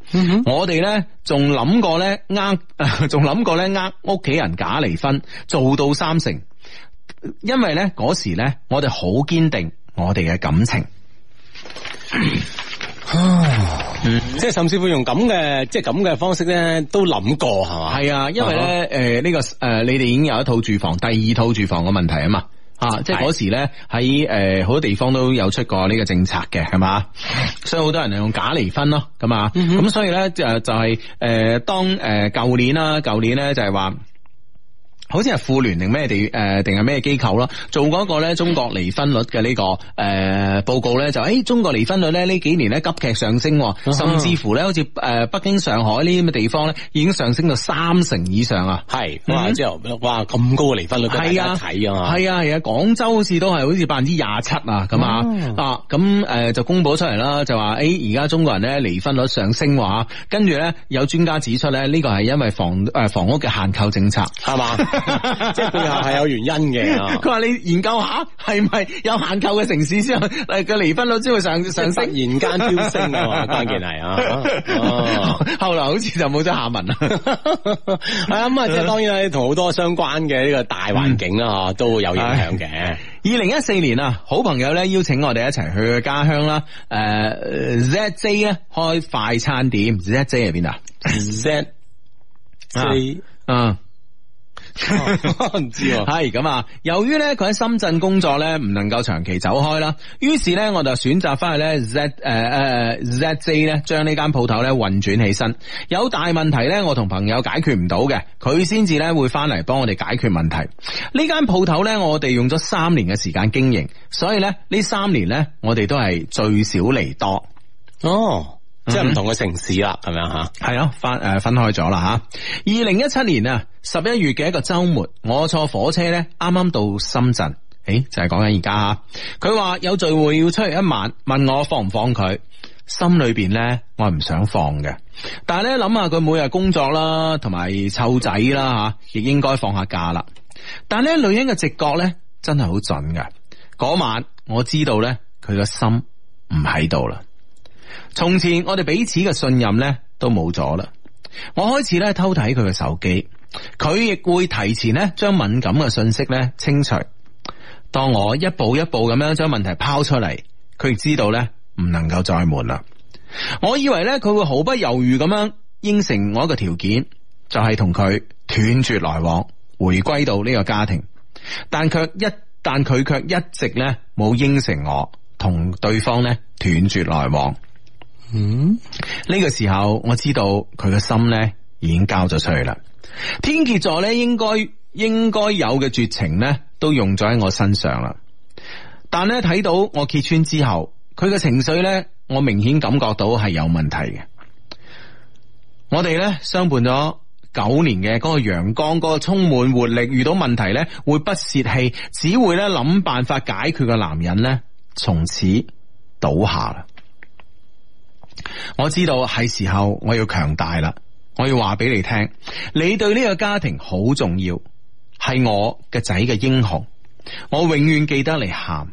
A: 我哋呢，仲諗過呢，呃， 仲諗過呢，呃屋企人假離婚，做到三成。因為呢，嗰時呢，我哋好堅定我哋嘅感情。
C: 即係甚至乎用咁嘅即係咁嘅方式咧，都諗過係嘛？
A: 系啊，因為咧，诶呢、個个呃你哋已經有一套住房，第二套住房嘅問題啊嘛。啊，即係嗰時咧喺呃誒好多地方都有出過呢個政策嘅，係嘛？所以好多人係用假離婚咯，咁啊，咁、所以咧就就呃係、誒、當誒舊、年啦，舊年咧就係話。好似係婦聯定咩地誒定係咩機構啦，做嗰個咧中國離婚率嘅呢、個誒、呃、報告咧，就誒、哎中國離婚率咧呢幾年咧急劇上升喎，
C: 嗯
A: 甚至乎咧好似誒、呃北京、上海呢啲咁嘅地方咧，已經上升到三成以上啊！
C: 係
A: 嗯
C: 哇！之後哇咁高嘅離婚率，大
A: 係
C: 家
A: 啊，
C: 睇啊嘛，
A: 係啊，係啊，廣州好似都係好似百分之廿七啊，咁啊，
C: 哦
A: 啊，咁誒就公佈出嚟啦，就話誒而家中國人咧離婚率上升話，跟住咧有專家指出咧呢個係因為房誒房屋嘅限購政策。
C: 係嘛？即係背後係有原因嘅啊。
A: 佢話你研究下係咪有限購嘅城市之後， 誒個離婚率先會上上
C: 突
A: 升。
C: 然間飆升啊 嘛，關鍵係啊。
A: 後來好似就冇咗下文啦。啊
C: 系啊，咁啊，即系当然啦，同好多相關嘅呢個大環境啦，
A: 嗯
C: 吓都會有影響嘅。
A: 二零一四年啊，好朋友咧邀請我哋一齊去佢家鄉啦，誒、ZJ 咧開快餐店，ZJ 係邊度啊？
C: Z
A: 四嗯。
C: 啊 唔知喎，
A: 系咁啊！由於咧佢喺深圳工作咧，唔能夠長期走開啦，於是咧我就選擇翻去咧 Z 诶、诶 ZJ 咧，將呢間鋪頭咧運轉起身。有大問題咧，我同朋友解決唔到嘅，佢先至咧會翻嚟幫我哋解決問題。呢間鋪頭咧，我哋用咗三年嘅時間經營，所以咧呢三年咧，我哋都係聚少離多。
C: 哦，即係唔
A: 嗯
C: 同嘅城市啦，咁樣吓。
A: 系咯，分诶、分開咗啦吓。二零一七年啊，十一月嘅一個週末，我坐火車咧，啱啱到深圳。诶、就係講緊而家吓，佢話有聚會要出嚟一晚，問我放唔放佢。心裏邊咧，我係唔想放嘅，但係咧諗下佢每日工作啦，同埋湊仔啦吓，亦應該放下假啦。但係咧，女人嘅直覺咧，真係好準嘅。嗰晚我知道咧，佢個心唔喺度啦。從前我哋彼此嘅信任咧都冇咗啦。我開始咧偷睇佢嘅手機，佢亦會提前咧將敏感嘅信息咧清除。當我一步一步咁樣將問題拋出嚟，佢亦知道咧唔能夠再瞞啦。我以為咧佢會毫不猶豫咁樣應承我一個條件，就係同佢斷絕來往，回歸到呢個家庭。但卻一但佢卻一直咧冇應承我同對方咧斷絕來往。呢個時候我知道佢嘅心咧已經交咗出去啦。天蝎座咧應該應該有嘅絕情咧都用咗喺我身上啦。但咧睇到我揭穿之後，佢嘅情緒咧，我明顯感覺到係有問題嘅。我哋咧相伴咗九年嘅嗰個陽光，嗰、個充滿活力，遇到問題咧會不泄氣，只會咧諗辦法解決嘅男人咧，從此倒下啦。我知道係時候我要強大啦，我要話俾你聽，你對呢個家庭好重要，係我嘅仔嘅英雄，我永遠記得你喊，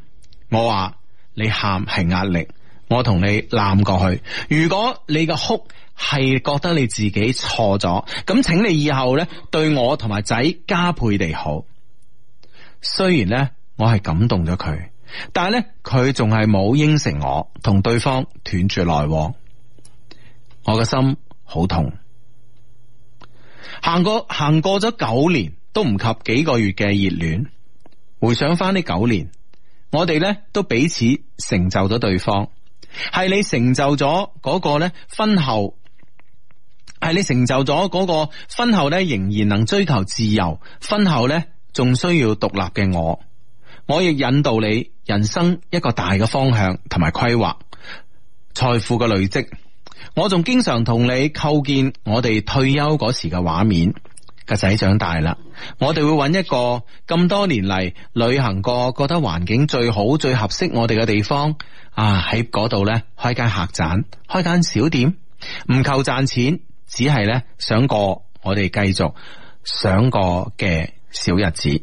A: 我話你喊係壓力，我同你攬過去。如果你嘅哭係覺得你自己錯咗，咁請你以後呢對我同埋仔加倍地好。雖然呢，我係感動咗佢，但係呢，佢仲係冇應承我同對方斷絕來往，我嘅心好痛。行過行過咗九年，都唔及幾個月嘅熱戀。回想翻呢九年，我哋呢都彼此成就咗對方，係你成就咗嗰個呢婚後。係你成就咗嗰個婚後呢，仍然能追求自由，婚後呢，仲需要獨立嘅我，我亦引導你人生一個大嘅方向同埋規劃，財富嘅累積。我仲經常同你構建我哋退休嗰時嘅畫面。個仔長大啦，我哋會揾一個咁多年嚟旅行過，覺得環境最好、最合適我哋嘅地方啊！喺嗰度呢，開間客棧，開間小店，唔求賺錢，只係咧想過我哋繼續想過嘅小日子。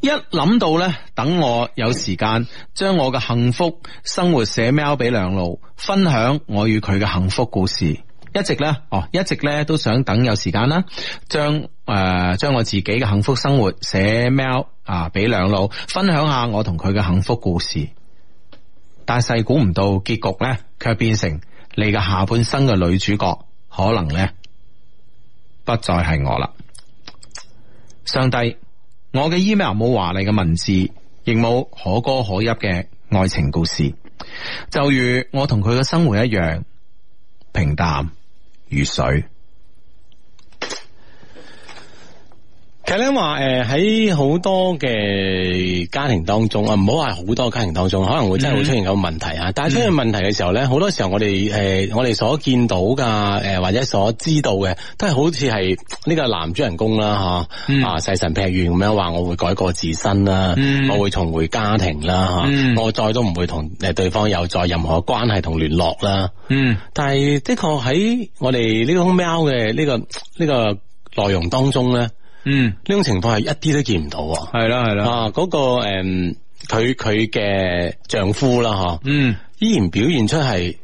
A: 一諗到咧，等我有時間將我嘅幸福生活寫 mail 俾梁路，分享我與佢嘅幸福故事。一直咧，哦，一直咧都想等有時間啦，將誒將我自己嘅幸福生活寫 mail 啊俾梁路，分享下我同佢嘅幸福故事。但係細估唔到結局咧，卻變成你嘅下半生嘅女主角，可能咧不再係我啦。上帝，我嘅 email 冇華麗嘅文字，亦冇可歌可泣嘅愛情故事，就如我同佢嘅生活一樣平淡如水。
C: 其實咧話誒喺好多嘅家庭當中啊，唔好話好多家庭當中，可能會真係會出現咁嘅問題
A: 嗯
C: 啊。但係出現問題嘅時候咧，好多時候我哋誒、呃我哋所見到噶誒、呃或者所知道嘅，都係好似係呢個男主人公啦吓、
A: 嗯
C: 啊世神劈願咁樣話我會改過自身啦，
A: 嗯
C: 我會重回家庭啦吓、
A: 嗯
C: 我再都唔會同誒對方有再任何關係同聯絡啦。
A: 嗯
C: 但係的確喺我哋呢個喵嘅呢個呢、個內容當中咧。
A: 嗯，
C: 呢種情況係一啲都見唔到啊！
A: 係啦係啦，
C: 啊，嗰、個誒，佢佢嘅丈夫啦，嗬，
A: 嗯
C: 依然表現出係，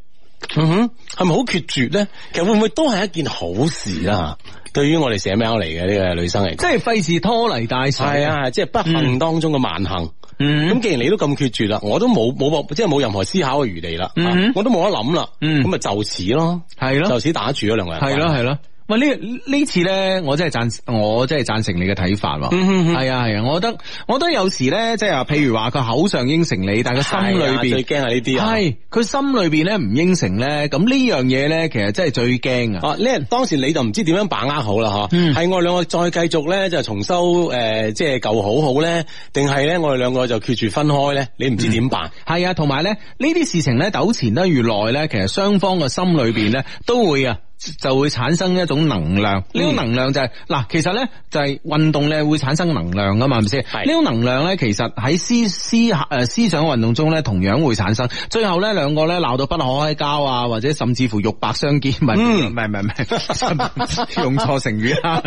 C: 嗯哼，係咪好決絕咧？其實會唔會都係一件好事啦？對於我哋寫 mail 嚟嘅呢個女生嚟
A: 即
C: 講，
A: 係費事拖泥帶水。
C: 係，啊，即係不幸當中嘅萬幸。
A: 嗯
C: 咁既然你都咁決絕啦，我都冇冇即係冇任何思考嘅餘地啦，
A: 嗯哼
C: 啊我都冇得諗啦，
A: 嗯
C: 咁咪就此咯，
A: 係咯
C: 就。此打住咗兩個人，
A: 係咯，係咯。喂，呢呢次咧，我真係贊，我真係贊成你嘅睇法喎。
C: 嗯哼哼
A: 係啊係啊，我覺得我覺得有時咧，即係話，譬如話佢口上應承你，但係佢心裏
C: 係啊
A: 邊
C: 最驚係呢啲啊。
A: 係佢心裏邊咧唔應承咧，咁呢樣嘢咧，其實真係最驚啊！
C: 哦，呢當時你就唔知點樣把握好啦，嗬、
A: 嗯
C: 係我兩個再繼續咧就重修誒、呃即係舊好好咧，定係咧我哋兩個就決絕分開咧？你唔知點辦？
A: 係啊，同埋咧呢啲事情咧糾纏得越耐咧，其實雙方嘅心裏邊咧都會啊。就會產生一種能量，呢、種能量就係、嗱，其實咧就係、運動咧會產生能量噶嘛，係咪先？
C: 係
A: 呢種能量咧，其實喺思思考誒思想運動中咧，同樣會產生。最後咧兩個咧鬧到不可開交啊，或者甚至乎肉帛相見，唔係唔係唔係唔係，用錯成語啦。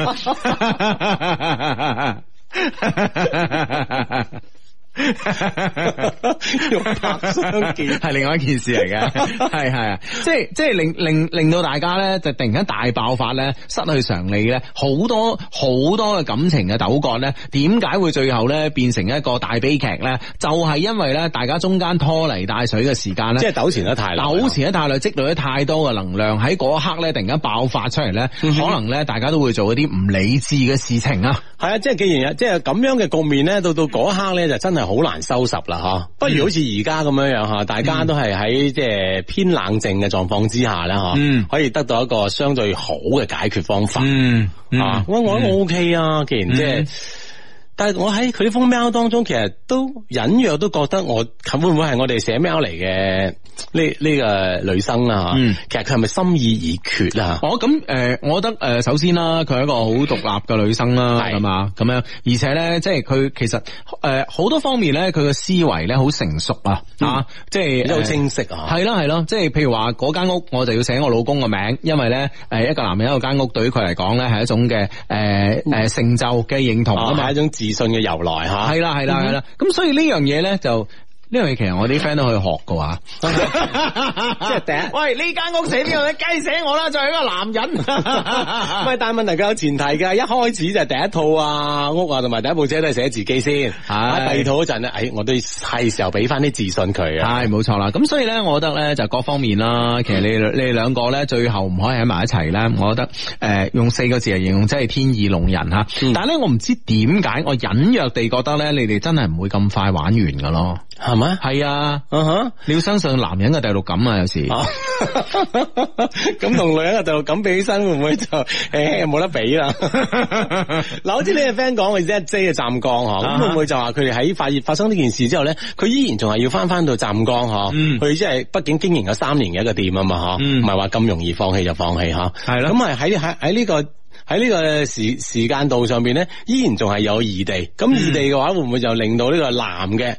C: 肉帛相見
A: 係另外一件事嚟 嘅，係係啊，即係即係令令令到大家咧就突然間大爆發咧，失去常理咧，好多好多嘅感情嘅糾葛咧，點解會最後咧變成一個大悲劇咧？就係、因為咧大家中間拖泥帶水嘅時間咧，
C: 即係糾纏得太耐，
A: 扭前一太耐，積累咗太多嘅能量，喺嗰一刻咧，突然間爆發出嚟咧，
C: 嗯
A: 可能咧，大家都會做一啲唔理智嘅事情啊。
C: 係啊！即係既然有即係咁樣嘅局面咧，到到嗰一刻咧就真係好難收拾啦，嗬、不如好似而家咁樣樣
A: 嗯
C: 吓，大家都係喺即係偏冷靜嘅狀況之下啦，嗬、
A: 嗯
C: 可以得到一個相對好嘅解決方法。
A: 嗯
C: 啊，我我覺得 O K 啊，既然即係。但係我喺佢呢封 mail 當中，其實都隱約都覺得我咁會唔會係我哋寫 mail 嚟嘅呢呢個女生啊？
A: 嗯哦
C: 其實佢係咪心意已決啊？
A: 我咁誒，我覺得誒、呃首先啦，佢係一個好獨立嘅女生啦，
C: 係
A: 咁啊，咁樣，而且咧，即係佢其實誒呃好、多方面咧，佢嘅思維咧好成熟啊，啊，即係
C: 嗯比較
A: 呃
C: 清晰啊
A: 係啦係啦，即係譬如話嗰間屋，我就要寫我老公嘅名，因為咧誒一個男人一個間屋對於佢嚟講咧係一種嘅誒誒成就嘅認同啊
C: 啊，
A: 嘛
C: 嗯係一。種自信嘅由來吓。
A: 係啦係啦係啦，咁所以呢樣嘢咧就。呢樣嘢其實我啲 friend 都可以學噶 話，即係
C: 第一
A: 喂呢間屋死邊度咧？雞死我啦！作為一個男人，
C: 喂，但係問題佢有前提嘅，一開始就係第一套啊屋啊，同埋第一部車都係寫自己先。啊第二套嗰陣咧，哎，我都係時候俾翻啲自信佢啊。
A: 係冇錯啦，咁所以咧，我覺得咧就各方面啦，其實你你哋兩個咧最後唔可以喺埋一齊咧，我覺得誒、呃用四個字嚟形容，真係天意弄人吓。但係咧，我唔知點解，我隱約地覺得咧，你哋真係唔會咁快玩完噶咯。
C: 係咪？
A: 係啊，
C: 嗯哼。
A: 你要相信男人嘅第六感啊，有時。
C: 啊， 咁同女人嘅度咁比起身，會唔會 就誒冇得比 啦？嗱，好似呢個 friend 講嘅 Z J 嘅湛江嗬，
A: 啊
C: 咁會唔會就話佢哋喺發現發生呢件事之後咧，佢依然仲係要翻翻到湛江嗬？
A: 嗯
C: 佢即係畢竟經營咗三年嘅一個店啊嘛嗬，
A: 嗯
C: 唔係話咁容易放棄就放棄嗬。
A: 係咯
C: 咁係喺喺喺呢個。喺呢個時時間度上邊咧，依然仲係有異地。
A: 嗯
C: 咁異地嘅話，會唔會就令到呢個男嘅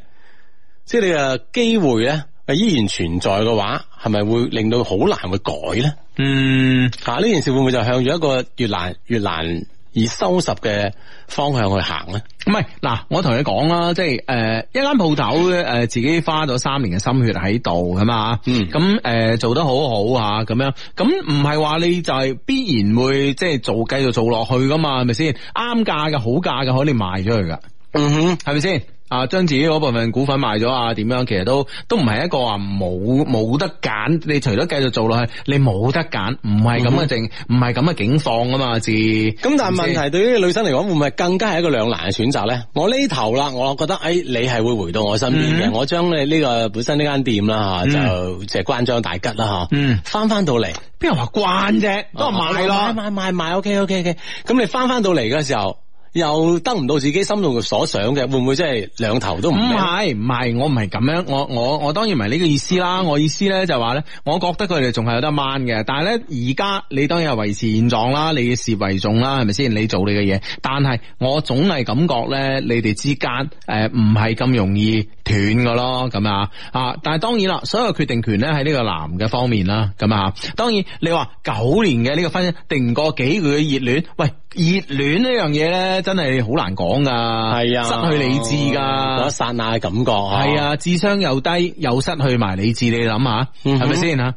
C: 即係你嘅機會咧，係依然存在嘅話，係係咪會令到好難會改咧？
A: 嗯，
C: 吓、呢件事會唔會就向咗一個越難越難以收拾嘅方向去行咧？
A: 唔係嗱，我同你講啦，即係诶、誒一間鋪頭咧，诶、自己花咗三年嘅心血喺度噶嘛，
C: 嗯
A: 咁诶、誒做得好好吓，咁樣咁唔係話你就係必然會即係做繼續做落去噶嘛，係咪先？啱價嘅好價嘅可以賣咗佢噶。
C: 嗯哼，
A: 系咪先？啊，將自己嗰部分股份賣咗啊，點樣？其實都都唔係一個話冇冇得揀，你除咗繼續做落去，你冇得揀，唔係咁嘅境，唔係咁嘅境況啊嘛，至咁
C: 咁但係問題對於女生嚟講，會唔會更加係一個兩難嘅選擇咧？我呢頭啦，我覺得誒、哎你係會回到我身邊嘅，
A: 嗯
C: 我將你呢個本身呢間店啦嚇，就
A: 嗯
C: 即係關張大吉啦嚇，
A: 嗯
C: 翻翻到嚟。
A: 邊有話慣啫，都哦係賣
C: 啊
A: 咯，
C: 買買買買，OK OK OK。咁你翻翻到嚟嘅時候，又得唔到自己心度所想嘅，會唔會真係兩頭都唔
A: 唔
C: 咩
A: 係唔係，我唔係咁樣，我我我當然唔係呢個意思
C: 嗯
A: 啦，我意思咧就話咧，我覺得佢哋仲係有得掹嘅，但係咧而家你當然係維持現狀啦，你事為重啦，係咪先？你做你嘅嘢，但係我總係感覺咧，你哋之間誒唔係咁容易斷嘅咯，咁啊啊！但係當然啦，所有決定權咧喺呢個男嘅方面啦，咁啊，當然你話九年嘅呢個婚姻定過幾個月嘅熱戀，喂，熱戀呢樣嘢咧真係好難講噶，
C: 係啊，
A: 失去理智
C: 嗰一
A: 噶。
C: 剎那嘅感覺。
A: 系，啊，智商又低，又失去埋理智，你諗下，
C: 嗯
A: 係
C: 哼
A: 咪先吓？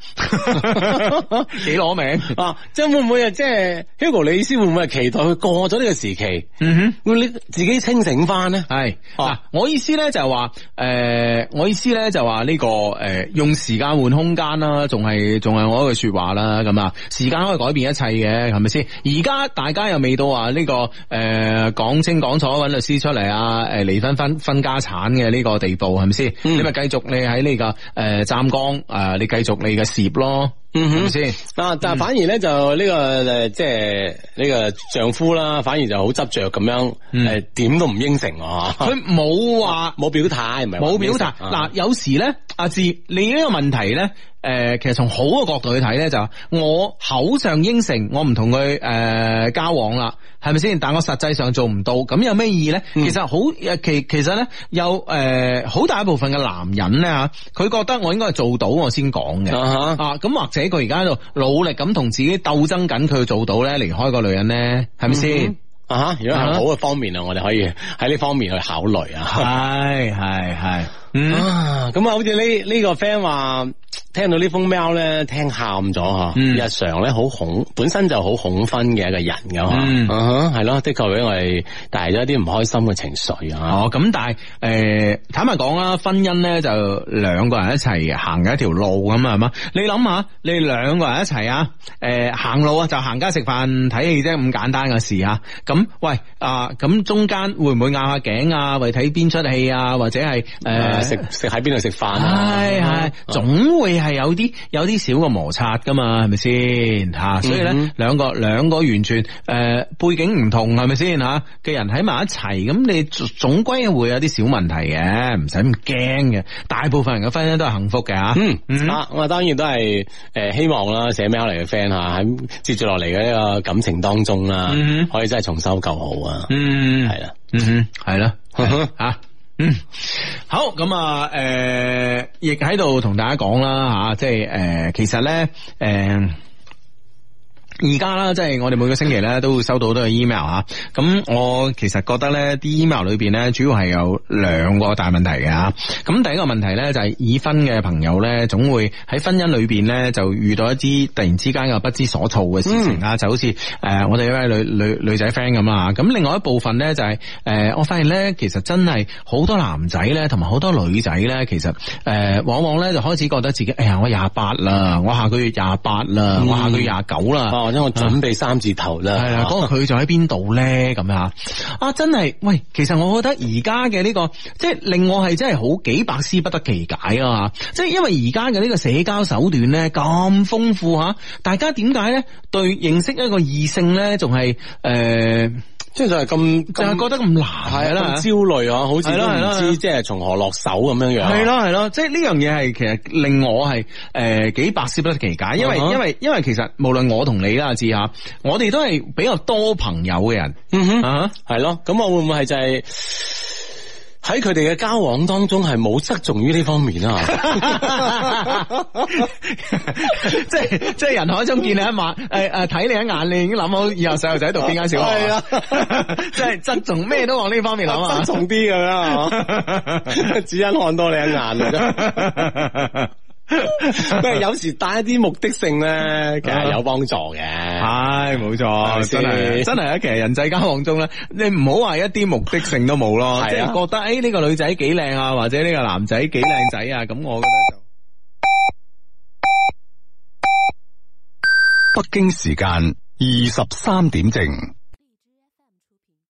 A: 幾攞命？
C: 啊，即係會唔會啊？即係 Hugo，你意思會唔會係期待佢過咗呢個時期，
A: 嗯哼。
C: 會你自己清醒翻咧？
A: 系
C: 哦
A: 嗱，我意思咧就係話，诶、我意思咧就話呢、個个呃用時間換空間啦，仲係仲係我一句说話啦，咁啊，時間可以改變一切嘅，係咪先？而家大家又未到話呢、個个诶讲、講清講楚揾律師出嚟啊，诶、離婚分分家產嘅呢個地步，係咪先？
C: 嗯
A: 你咪繼續你喺呢個诶湛江诶，呃你繼續你嘅事業咯，
C: 嗯
A: 係咪
C: 哼。
A: 先？
C: 啊！
A: 嗯
C: 但係反而咧就呢、個誒，即係呢個丈夫啦，反而就好執着咁樣，誒、
A: 嗯
C: 點都唔應承我，
A: 佢冇話。
C: 冇表態，唔係話
A: 冇
C: 唔應
A: 表
C: 承啊
A: 達。嗱、，有時咧，阿志，你呢個問題咧，诶、其實從好嘅角度去睇咧，就係我口上應承，我唔同佢诶交往啦，係咪先？但我實際上做唔到，咁有咩意義咧？
C: 嗯
A: 其實好诶，其其實咧，有诶好、大一部分嘅男人咧吓，佢覺得我應該係做到我先講嘅。
C: 啊哈
A: 啊，咁或者佢而家喺度努力咁同自己鬥爭緊，佢做到咧離開個女人咧，係咪先？
C: 啊哈，如果係
A: 啊哈
C: 好嘅方面啊，我哋可以 喺呢方面去考慮啊。
A: 係係係，嗯。
C: 啊，咁啊，好似呢呢個 friend 話，聽到呢封 mail 咧，聽喊咗吓。
A: 嗯
C: 日常咧好恐，本身就好恐婚嘅一個人咁
A: 嗯
C: 吓。啊哈係咯，的確俾我哋帶嚟咗一啲唔開心嘅情緒啊。
A: 哦，咁但係诶、呃坦白講啦，婚姻咧就兩個人一齊行嘅一條路咁啊係嘛。你諗下，你兩個人一齊啊，诶、行路啊就行街食飯睇戲啫，咁簡單嘅事啊。咁喂啊，咁中間會唔會拗下頸啊？為睇邊出戲啊，或者係诶、
C: 誒，
A: 呃
C: 啊食食喺邊度食飯啊？
A: 系系，总會係有啲有啲小嘅摩擦噶嘛，係咪先吓？所以咧
C: 嗯，
A: 兩個兩個完全诶、呃背景唔同，係咪先吓嘅人喺埋一齊，咁你總總歸會有啲小問題嘅，唔使咁驚嘅。大部分人嘅婚姻都係幸福嘅吓。
C: 嗯，
A: 嗯
C: 啊，咁啊，當然都係誒希望啦，寫 mail 嚟嘅 friend 嚇，喺接住落嚟嘅呢個感情當中啦
A: 嗯，
C: 可以真係重修舊好啊，
A: 嗯，
C: 係啦，
A: 嗯哼，系啦，吓。嗯，好咁啊，诶、亦喺度同大家講啦吓，即係诶、誒其實呃咧，诶、而家啦，即係我哋每個星期咧都會收到好多嘅 email 吓，咁我其實覺得咧，啲 email 裏边咧主要係有兩個大問題嘅吓，咁第一個問題咧就係已婚嘅朋友咧，總會喺婚姻裏边咧就遇到一啲突然之間嘅不知所措嘅事情啊，就好似诶、誒我哋一位女女女仔 friend 咁啦，咁另外一部分咧就係誒我發現咧其實真係好多男仔咧同埋好多女仔咧，其實誒、呃往往咧就開始覺得自己，哎呀我廿八啦，我下個月廿八啦，我下個月廿九啦。
C: 啊，或者我準備三字頭啦， 啊
A: 系啊啦，嗰、個佢就喺邊度咧？咁啊，啊真係，喂，其實我覺得而家嘅呢個，即係令我係真係好幾百思不得其解啊！即係因為而家嘅呢個社交手段咧咁豐富吓，大家點解咧對認識一個異性咧仲係诶，
C: 即係就係咁，
A: 就係覺得咁難
C: 係啊
A: 㗎
C: 啦，咁焦慮啊，好似
A: 係
C: 都
A: 啦係
C: 唔
A: 啦係
C: 知
A: 啦
C: 即係從何落手咁啊樣樣。
A: 系，咯系咯，即系呢樣嘢係其實令我係诶、呃、几百思不得其解，因為
C: 嗯哼
A: 因為因為其實無論我同你啦，志下，我哋都係比較多朋友嘅人
C: 嗯哼，
A: 啊。
C: 係咯，咁我會唔會係就係喺佢哋嘅交往當中係冇側重於呢方面啊。
A: 即系即系人海中見你一晚，诶诶睇你一眼，你已經諗好以後細路仔讀邊間小學。
C: 係啊，
A: 即係側重咩都往呢方面諗啊
C: 側。重啲咁樣啊， 只因看多你一眼啊真係。喂，有時帶一啲目的性咧，其實有幫助 嘅。
A: 唉，冇錯，
C: 係
A: 真
C: 咪
A: 係
C: 先
A: 真係啊！其實人際交往中咧，你唔好話一啲目的性都冇
C: 啊
A: 咯，即係覺得誒呢個女仔幾靚啊，或者呢個男仔幾靚仔啊，咁我覺得就。
E: 北京時間二十三點正。